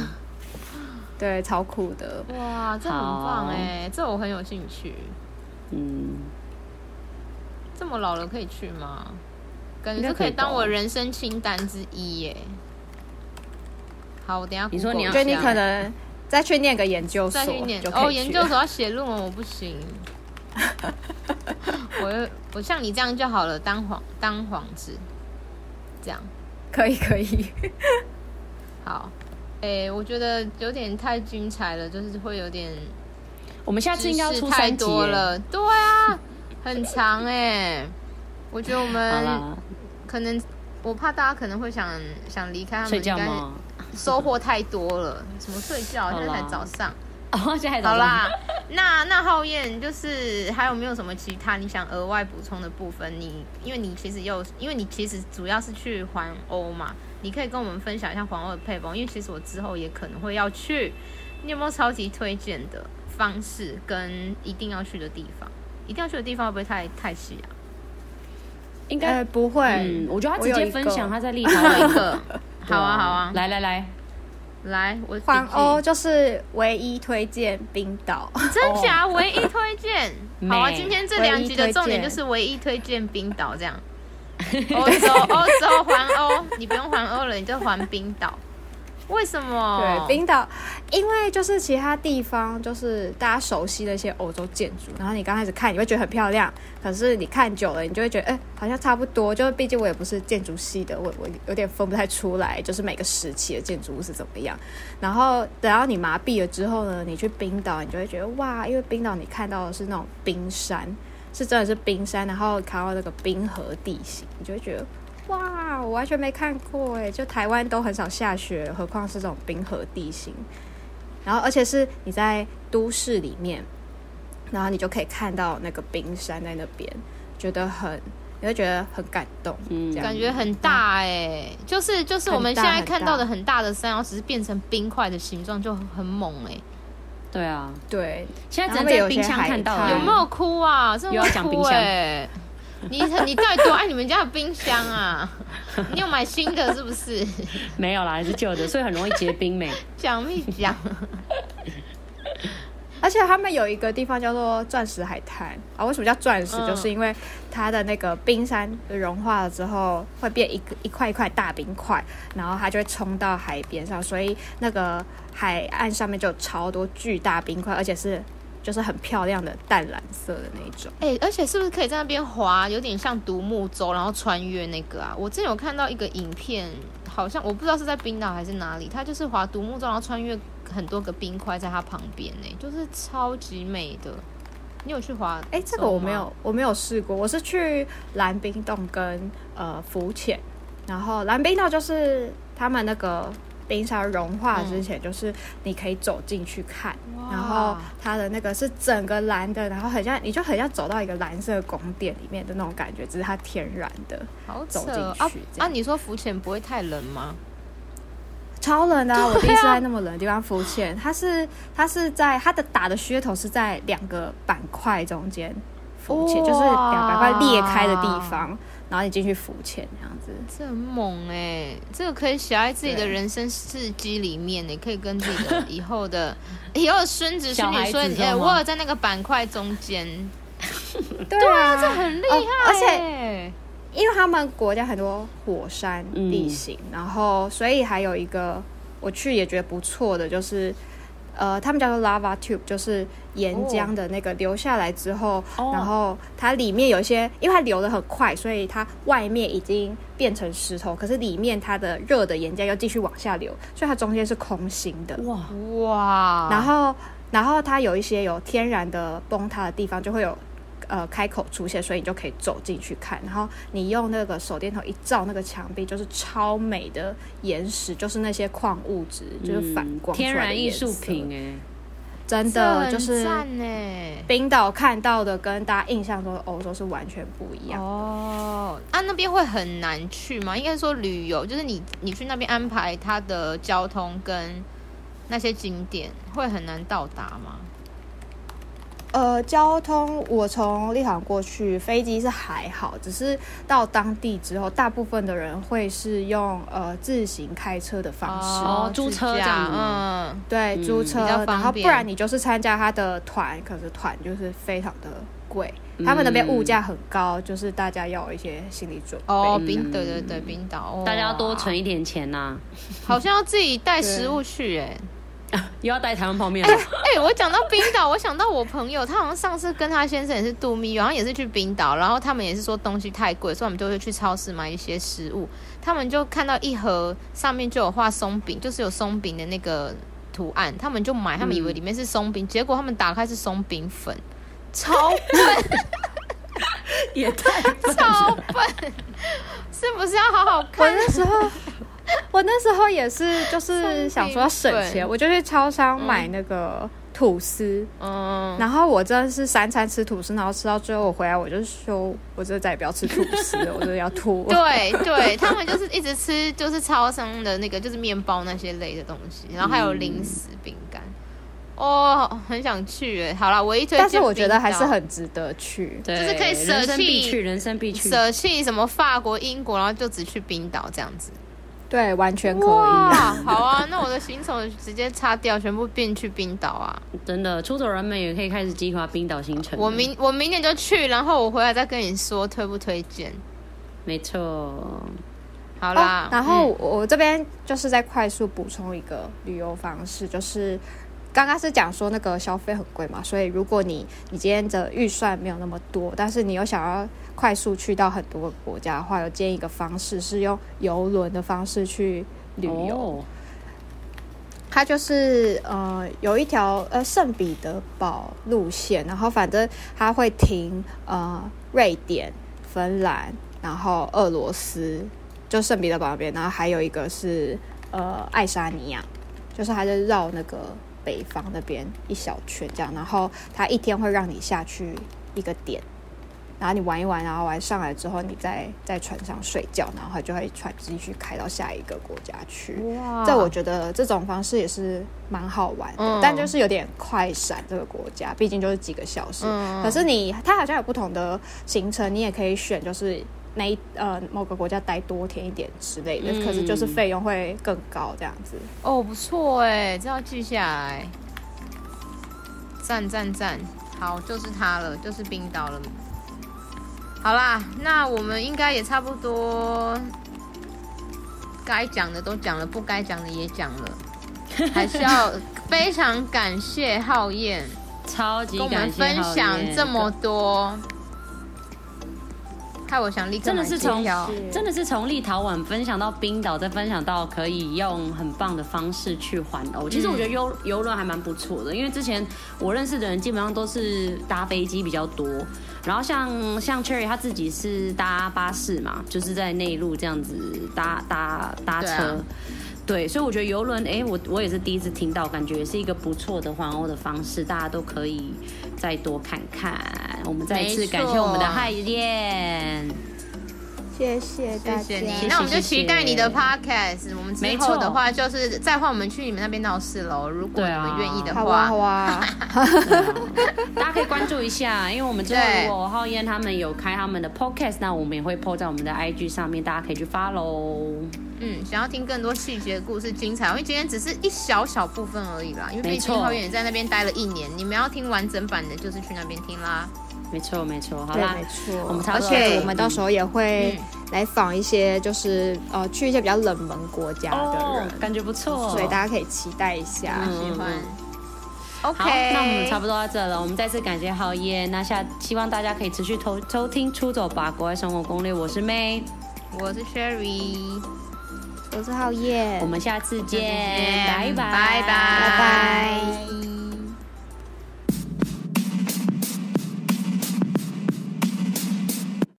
Speaker 3: 对，超酷的。
Speaker 2: 哇，这很棒
Speaker 1: 好
Speaker 2: 哎，这我很有兴趣。
Speaker 1: 嗯，
Speaker 2: 这么老了可以去吗？感
Speaker 1: 应
Speaker 2: 觉
Speaker 1: 该
Speaker 2: 这可
Speaker 1: 可
Speaker 2: 以
Speaker 1: 以
Speaker 2: 当
Speaker 1: 吧
Speaker 2: 我人生清单之一耶。好，我等一下
Speaker 1: 你说
Speaker 2: Google
Speaker 1: 你要
Speaker 2: 一
Speaker 3: 我
Speaker 2: 下
Speaker 3: 觉得你可能再去念个研究所，
Speaker 2: 再去念
Speaker 3: 就可
Speaker 2: 哦，
Speaker 3: 以去啊
Speaker 2: 研究
Speaker 3: 了
Speaker 2: 所要写论文，我不行。我我像你这样就好了，当皇当皇子，这样
Speaker 3: 可以可以。
Speaker 2: 好。诶、我觉得有点太精彩了，就是会有点
Speaker 1: 我们下次
Speaker 2: 知
Speaker 1: 应该要
Speaker 2: 识
Speaker 1: 出
Speaker 2: 太
Speaker 1: 三集
Speaker 2: 多
Speaker 1: 耶。
Speaker 2: 了，对啊，很长哎、我觉得我
Speaker 1: 好
Speaker 2: 们
Speaker 1: 啦，
Speaker 2: 可能，我怕大家可能会想想离开他们，
Speaker 1: 睡觉
Speaker 2: 应该
Speaker 1: 吗？
Speaker 2: 收获太多了，什么睡觉，
Speaker 1: 好
Speaker 2: 现在才
Speaker 1: 啦
Speaker 2: 早上。
Speaker 1: 哦，现在还早
Speaker 2: 好
Speaker 1: 上
Speaker 2: 啦，那那浩燕就是还有没有什么其他你想额外补充的部分？你因为你其实又因为你其实主要是去环欧嘛，你可以跟我们分享一下环欧的配方，因为其实我之后也可能会要去，你有没有超级推荐的方式跟一定要去的地方？一定要去的地方会不会太太细啊？
Speaker 1: 应
Speaker 3: 哎、
Speaker 1: 该。
Speaker 3: 不会，
Speaker 1: 嗯，我觉得他直
Speaker 3: 我有
Speaker 1: 接
Speaker 3: 一个
Speaker 1: 分享他在立
Speaker 2: 还有
Speaker 1: 陶
Speaker 2: 一
Speaker 1: 宛。
Speaker 2: 个，好啊好啊，
Speaker 1: 来来来，
Speaker 2: 来我笔
Speaker 3: 环
Speaker 2: 记
Speaker 3: 欧就是唯一推荐冰岛，
Speaker 2: 真假唯一推荐，好啊，
Speaker 1: 美
Speaker 2: 今天这
Speaker 3: 哦唯一
Speaker 2: 两集的
Speaker 3: 推
Speaker 2: 重点就
Speaker 3: 荐
Speaker 2: 是唯一推荐冰 岛这样。欧洲，欧洲环欧，你不用环欧了，你就环冰岛。为什么？
Speaker 3: 对，冰岛，因为就是其他地方就是大家熟悉的一些欧洲建筑，然后你刚开始看你会觉得很漂亮，可是你看久了，你就会觉得，哎、好像差不多。就是毕竟我也不是建筑系的，我我有点分不太出来，就是每个时期的建筑物是怎么样。然后等到你麻痹了之后呢，你去冰岛，你就会觉得哇，因为冰岛你看到的是那种冰山，是真的是冰山，然后看到那个冰河地形，你就会觉得哇，我完全没看过哎，就台湾都很少下雪，何况是这种冰河地形。然后，而且是你在都市里面，然后你就可以看到那个冰山在那边，觉得很，你会觉得很感动，
Speaker 1: 嗯
Speaker 3: 嗯，这样
Speaker 2: 感觉很大哎、就是就是我们现在看到的很大的山，然后只是变成冰块的形状，就很猛哎、
Speaker 1: 对啊，
Speaker 3: 对，
Speaker 1: 现在只
Speaker 3: 然后
Speaker 1: 能在
Speaker 3: 有
Speaker 1: 冰
Speaker 3: 些
Speaker 1: 箱
Speaker 3: 海
Speaker 1: 看到，
Speaker 3: 滩
Speaker 2: 有没有哭啊？真的
Speaker 1: 又
Speaker 2: 会
Speaker 1: 要讲
Speaker 2: 哭
Speaker 1: 冰箱
Speaker 2: 哎、你你到底多哎爱你们家的冰箱啊？你有买新的是不是？
Speaker 1: 没有啦，是旧的，所以很容易结冰美。
Speaker 2: 讲没讲？
Speaker 3: 而且他们有一个地方叫做钻石海滩啊，为什么叫钻石？
Speaker 2: 嗯
Speaker 3: 就是因为它的那个冰山融化了之后，会变一个一块一块大冰块，然后它就会冲到海边上，所以那个海岸上面就有超多巨大冰块，而且是就是很漂亮的淡蓝色的那一种。
Speaker 2: 哎、而且是不是可以在那边滑，有点像独木舟，然后穿越那个啊？我之前有看到一个影片，好像我不知道是在冰岛还是哪里，它就是滑独木舟，然后穿越很多个冰块在它旁边呢、就是超级美的。你有去滑？
Speaker 3: 哎，这个我没有，，我没有试过。我是去蓝冰洞跟呃浮潜，然后蓝冰洞就是他们那个冰山融化之前，就是你可以走进去看，
Speaker 2: 哇
Speaker 3: 然后它的那个是整个蓝的，然后很像你就很像走到一个蓝色宫殿里面的那种感觉，只是它天然的，
Speaker 2: 好扯
Speaker 3: 走进
Speaker 2: 哦
Speaker 3: 去
Speaker 2: 啊
Speaker 3: 这
Speaker 2: 啊！
Speaker 3: 样
Speaker 2: 你说浮潜不会太冷吗？
Speaker 3: 超冷的、啊。我第一次在那么冷的地方浮潜，它是它是在它的打的噱头是在两个板块中间浮潜，就是
Speaker 2: 哇
Speaker 3: 两板块裂开的地方，然后你进去浮潜这样子。
Speaker 2: 这很猛哎、这个可以写在自己的
Speaker 3: 对
Speaker 2: 人生事迹里面，你可以跟自己 的以后的以后的孙子孙
Speaker 1: 小孩
Speaker 2: 女
Speaker 1: 子
Speaker 2: 说，
Speaker 1: 知
Speaker 2: 哎、
Speaker 1: 道吗
Speaker 2: 我有在那个板块中间，
Speaker 3: 对啊，这
Speaker 2: 很厉
Speaker 3: 哦
Speaker 2: 害、
Speaker 3: 而且
Speaker 2: 且
Speaker 3: 因为他们国家很多火山地形，
Speaker 1: 嗯
Speaker 3: 然后所以还有一个我去也觉得不错的，就是呃，他们叫做 lava tube，就是岩浆的那个流下来之后，
Speaker 1: 哦
Speaker 3: 然后它里面有一些，因为它流的很快，所以它外面已经变成石头，可是里面它的热的岩浆又继续往下流，所以它中间是空心的。
Speaker 1: 哇，
Speaker 2: 哇，
Speaker 3: 然后，然后它有一些有天然的崩塌的地方，就会有呃开口出现，所以你就可以走进去看。然后你用那个手电筒一照那个墙壁，就是超美的岩石，就是那些矿物质，就是反
Speaker 1: 嗯
Speaker 3: 光、
Speaker 1: 天然艺术品，哎，
Speaker 3: 真
Speaker 2: 这
Speaker 3: 的
Speaker 2: 很
Speaker 3: 就是
Speaker 2: 赞哎、
Speaker 3: 冰岛看到的跟大家印象中的欧洲是完全不一样。
Speaker 2: 哦，啊，那边会很难去吗？应该说旅游，就是你你去那边安排它的交通跟那些景点，会很难到达吗？
Speaker 3: 呃，交通我从立陶宛过去，飞机是还好，只是到当地之后，大部分的人会是用呃自行开车的方式。
Speaker 1: 哦租车
Speaker 2: 自驾
Speaker 1: 这样子
Speaker 2: 嗯，
Speaker 3: 对，
Speaker 1: 嗯
Speaker 3: 租车，
Speaker 2: 比较方
Speaker 3: 然后不
Speaker 2: 便
Speaker 3: 然你就是参加他的团，可是团就是非常的贵，
Speaker 2: 嗯
Speaker 3: 他们那边物价很高，就是大家要有一些心理准备。
Speaker 2: 哦，冰，对对对，冰岛，哦、
Speaker 1: 嗯大家要多存一点钱 呐，
Speaker 2: 好像要自己带食物去哎、
Speaker 1: 又要带台湾泡面 了。
Speaker 2: 哎、我讲到冰岛，我想到我朋友，他好像上次跟他先生也是度蜜月，好像也是去冰岛，然后他们也是说东西太贵，所以我们就会去超市买一些食物。他们就看到一盒上面就有画松饼，就是有松饼的那个图案，他们就买，他们以为里面是松饼，结果他们打开是松饼粉，超笨
Speaker 1: 也太笨
Speaker 2: 超笨，是不是要好好
Speaker 3: 我
Speaker 2: 看？
Speaker 3: 那 时候，我那时候也是，就是想说要省
Speaker 2: 送冰
Speaker 3: 钱，
Speaker 2: 棍
Speaker 3: 我就去超商买那个吐司，
Speaker 2: 嗯，
Speaker 3: 然后我真的是三餐吃吐司，然后吃到最后我回来，我就说，我真的再也不要吃吐司了，我真的要 吐。
Speaker 2: 对对，他们就是一直吃，就是超商的那个，就是面包那些类的东西，然后还有零食、饼干。哦，很想去哎！好啦，唯一推荐，
Speaker 3: 但是我觉得还是很值得去。
Speaker 1: 对，
Speaker 2: 就是可以舍
Speaker 1: 人生必
Speaker 2: 弃
Speaker 1: 去，人生必去。
Speaker 2: 舍弃什么法国、英国，然后就只去冰岛这样子。
Speaker 3: 对，完全可以。
Speaker 2: 哇，好啊，那我的行程直接擦掉，全部变去冰岛啊！
Speaker 1: 真的，出走人们也可以开始计划冰岛行程。
Speaker 2: 我明我明年就去，然后我回来再跟你说推不推荐。
Speaker 1: 没错，
Speaker 2: 好啦嗯
Speaker 3: 哦，，然后我我这边就是在快速补充一个旅游方式，就是刚刚是讲说那个消费很贵嘛，所以如果你你今天的预算没有那么多，但是你又想要快速去到很多个国家的话，有建议一个方式是用游轮的方式去旅游。
Speaker 1: 哦
Speaker 3: 它就是呃有一条呃圣彼得堡路线，然后反正它会停呃瑞典、芬兰，然后俄罗斯，就圣彼得堡那边，然后还有一个是呃爱沙尼亚，就是它就绕那个北方那边一小圈这样，然后它一天会让你下去一个点。然后你玩一玩，然后玩上来之后，你再在船上睡觉，然后它就会船继续开到下一个国家去。
Speaker 2: 哇
Speaker 3: 这我觉得这种方式也是蛮好玩的，
Speaker 2: 嗯
Speaker 3: 但就是有点快闪这个国家，毕竟就是几个小时。
Speaker 2: 嗯
Speaker 3: 可是你它好像有不同的行程，你也可以选，就是那一呃某个国家待多天一点之类的，
Speaker 1: 嗯
Speaker 3: 可是就是费用会更高这样子。
Speaker 2: 哦不错哎，这要记下来。赞赞赞，好，就是它了，就是冰岛了。好啦，那我们应该也差不多，该讲的都讲了，不该讲的也讲 了，还是要非常感谢浩燕。
Speaker 1: 超级
Speaker 2: 跟我
Speaker 1: 感
Speaker 2: 们
Speaker 1: 谢
Speaker 2: 分
Speaker 1: 浩
Speaker 2: 享
Speaker 1: 燕
Speaker 2: 这么多，害我想立刻
Speaker 1: 真
Speaker 2: 买
Speaker 1: 的是
Speaker 2: 机
Speaker 1: 从
Speaker 2: 票。
Speaker 1: 真的是从立陶宛分享到冰岛，再分享到可以用很棒的方式去环欧。其实
Speaker 2: 嗯
Speaker 1: 我觉得游游轮还蛮不错的，因为之前我认识的人基本上都是搭飞机比较多，然后像像 Cherry 他自己是搭巴士嘛，就是在内陆这样子搭搭搭
Speaker 2: 对
Speaker 1: 车。
Speaker 2: 啊
Speaker 1: 对，所以我觉得游轮，哎，我我也是第一次听到，感觉也是一个不错的环欧的方式，大家都可以再多看看。我们再一次
Speaker 2: 没错
Speaker 1: 感谢我们的海燕。
Speaker 3: 谢谢
Speaker 2: 谢
Speaker 3: 大家，
Speaker 2: 谢你，那我们就期待你的 podcast。我们之
Speaker 1: 没
Speaker 2: 后
Speaker 1: 错
Speaker 2: 的话，就是再换我们去你们那边闹事喽。如果
Speaker 1: 对
Speaker 2: 你
Speaker 1: 啊
Speaker 2: 们愿意的
Speaker 3: 好啊
Speaker 2: 话
Speaker 3: 好，啊，
Speaker 1: 嗯大家可以关注一下，因为我们之后
Speaker 2: 对
Speaker 1: 如果浩燕他们有开他们的 podcast，那我们也会 po 在我们的 IG 上面，大家可以去 follow。
Speaker 2: 嗯，想要听更多细节故事精彩，因为今天只是一小小部分而已啦。因为毕
Speaker 1: 没
Speaker 2: 竟
Speaker 1: 错
Speaker 2: 浩远也在那边待了一年，你们要听完整版的，就是去那边听啦。
Speaker 1: 没错，没错，好
Speaker 3: 对，
Speaker 1: 啦
Speaker 3: 没，
Speaker 1: 我们差不多到
Speaker 3: 错。而
Speaker 1: 这里，
Speaker 3: 且我们到时候也会
Speaker 2: 哎嗯
Speaker 3: 来访一些，就是呃，去一些比较冷门国家的
Speaker 1: 哦
Speaker 3: 人，，
Speaker 1: 感觉不错，
Speaker 3: 所以大家可以期待一下。
Speaker 1: 嗯
Speaker 2: 喜欢。
Speaker 1: 好，
Speaker 2: OK，
Speaker 1: 那我们差不多到这了。我们再次感谢浩燕，那下希望大家可以持续收收听《出走吧国外生活攻略》，我是 May，
Speaker 2: 多。我是 Sherry，
Speaker 3: 我是浩燕，
Speaker 1: 我们下次见，
Speaker 2: 见
Speaker 1: 拜拜，
Speaker 2: 拜拜
Speaker 3: 拜拜。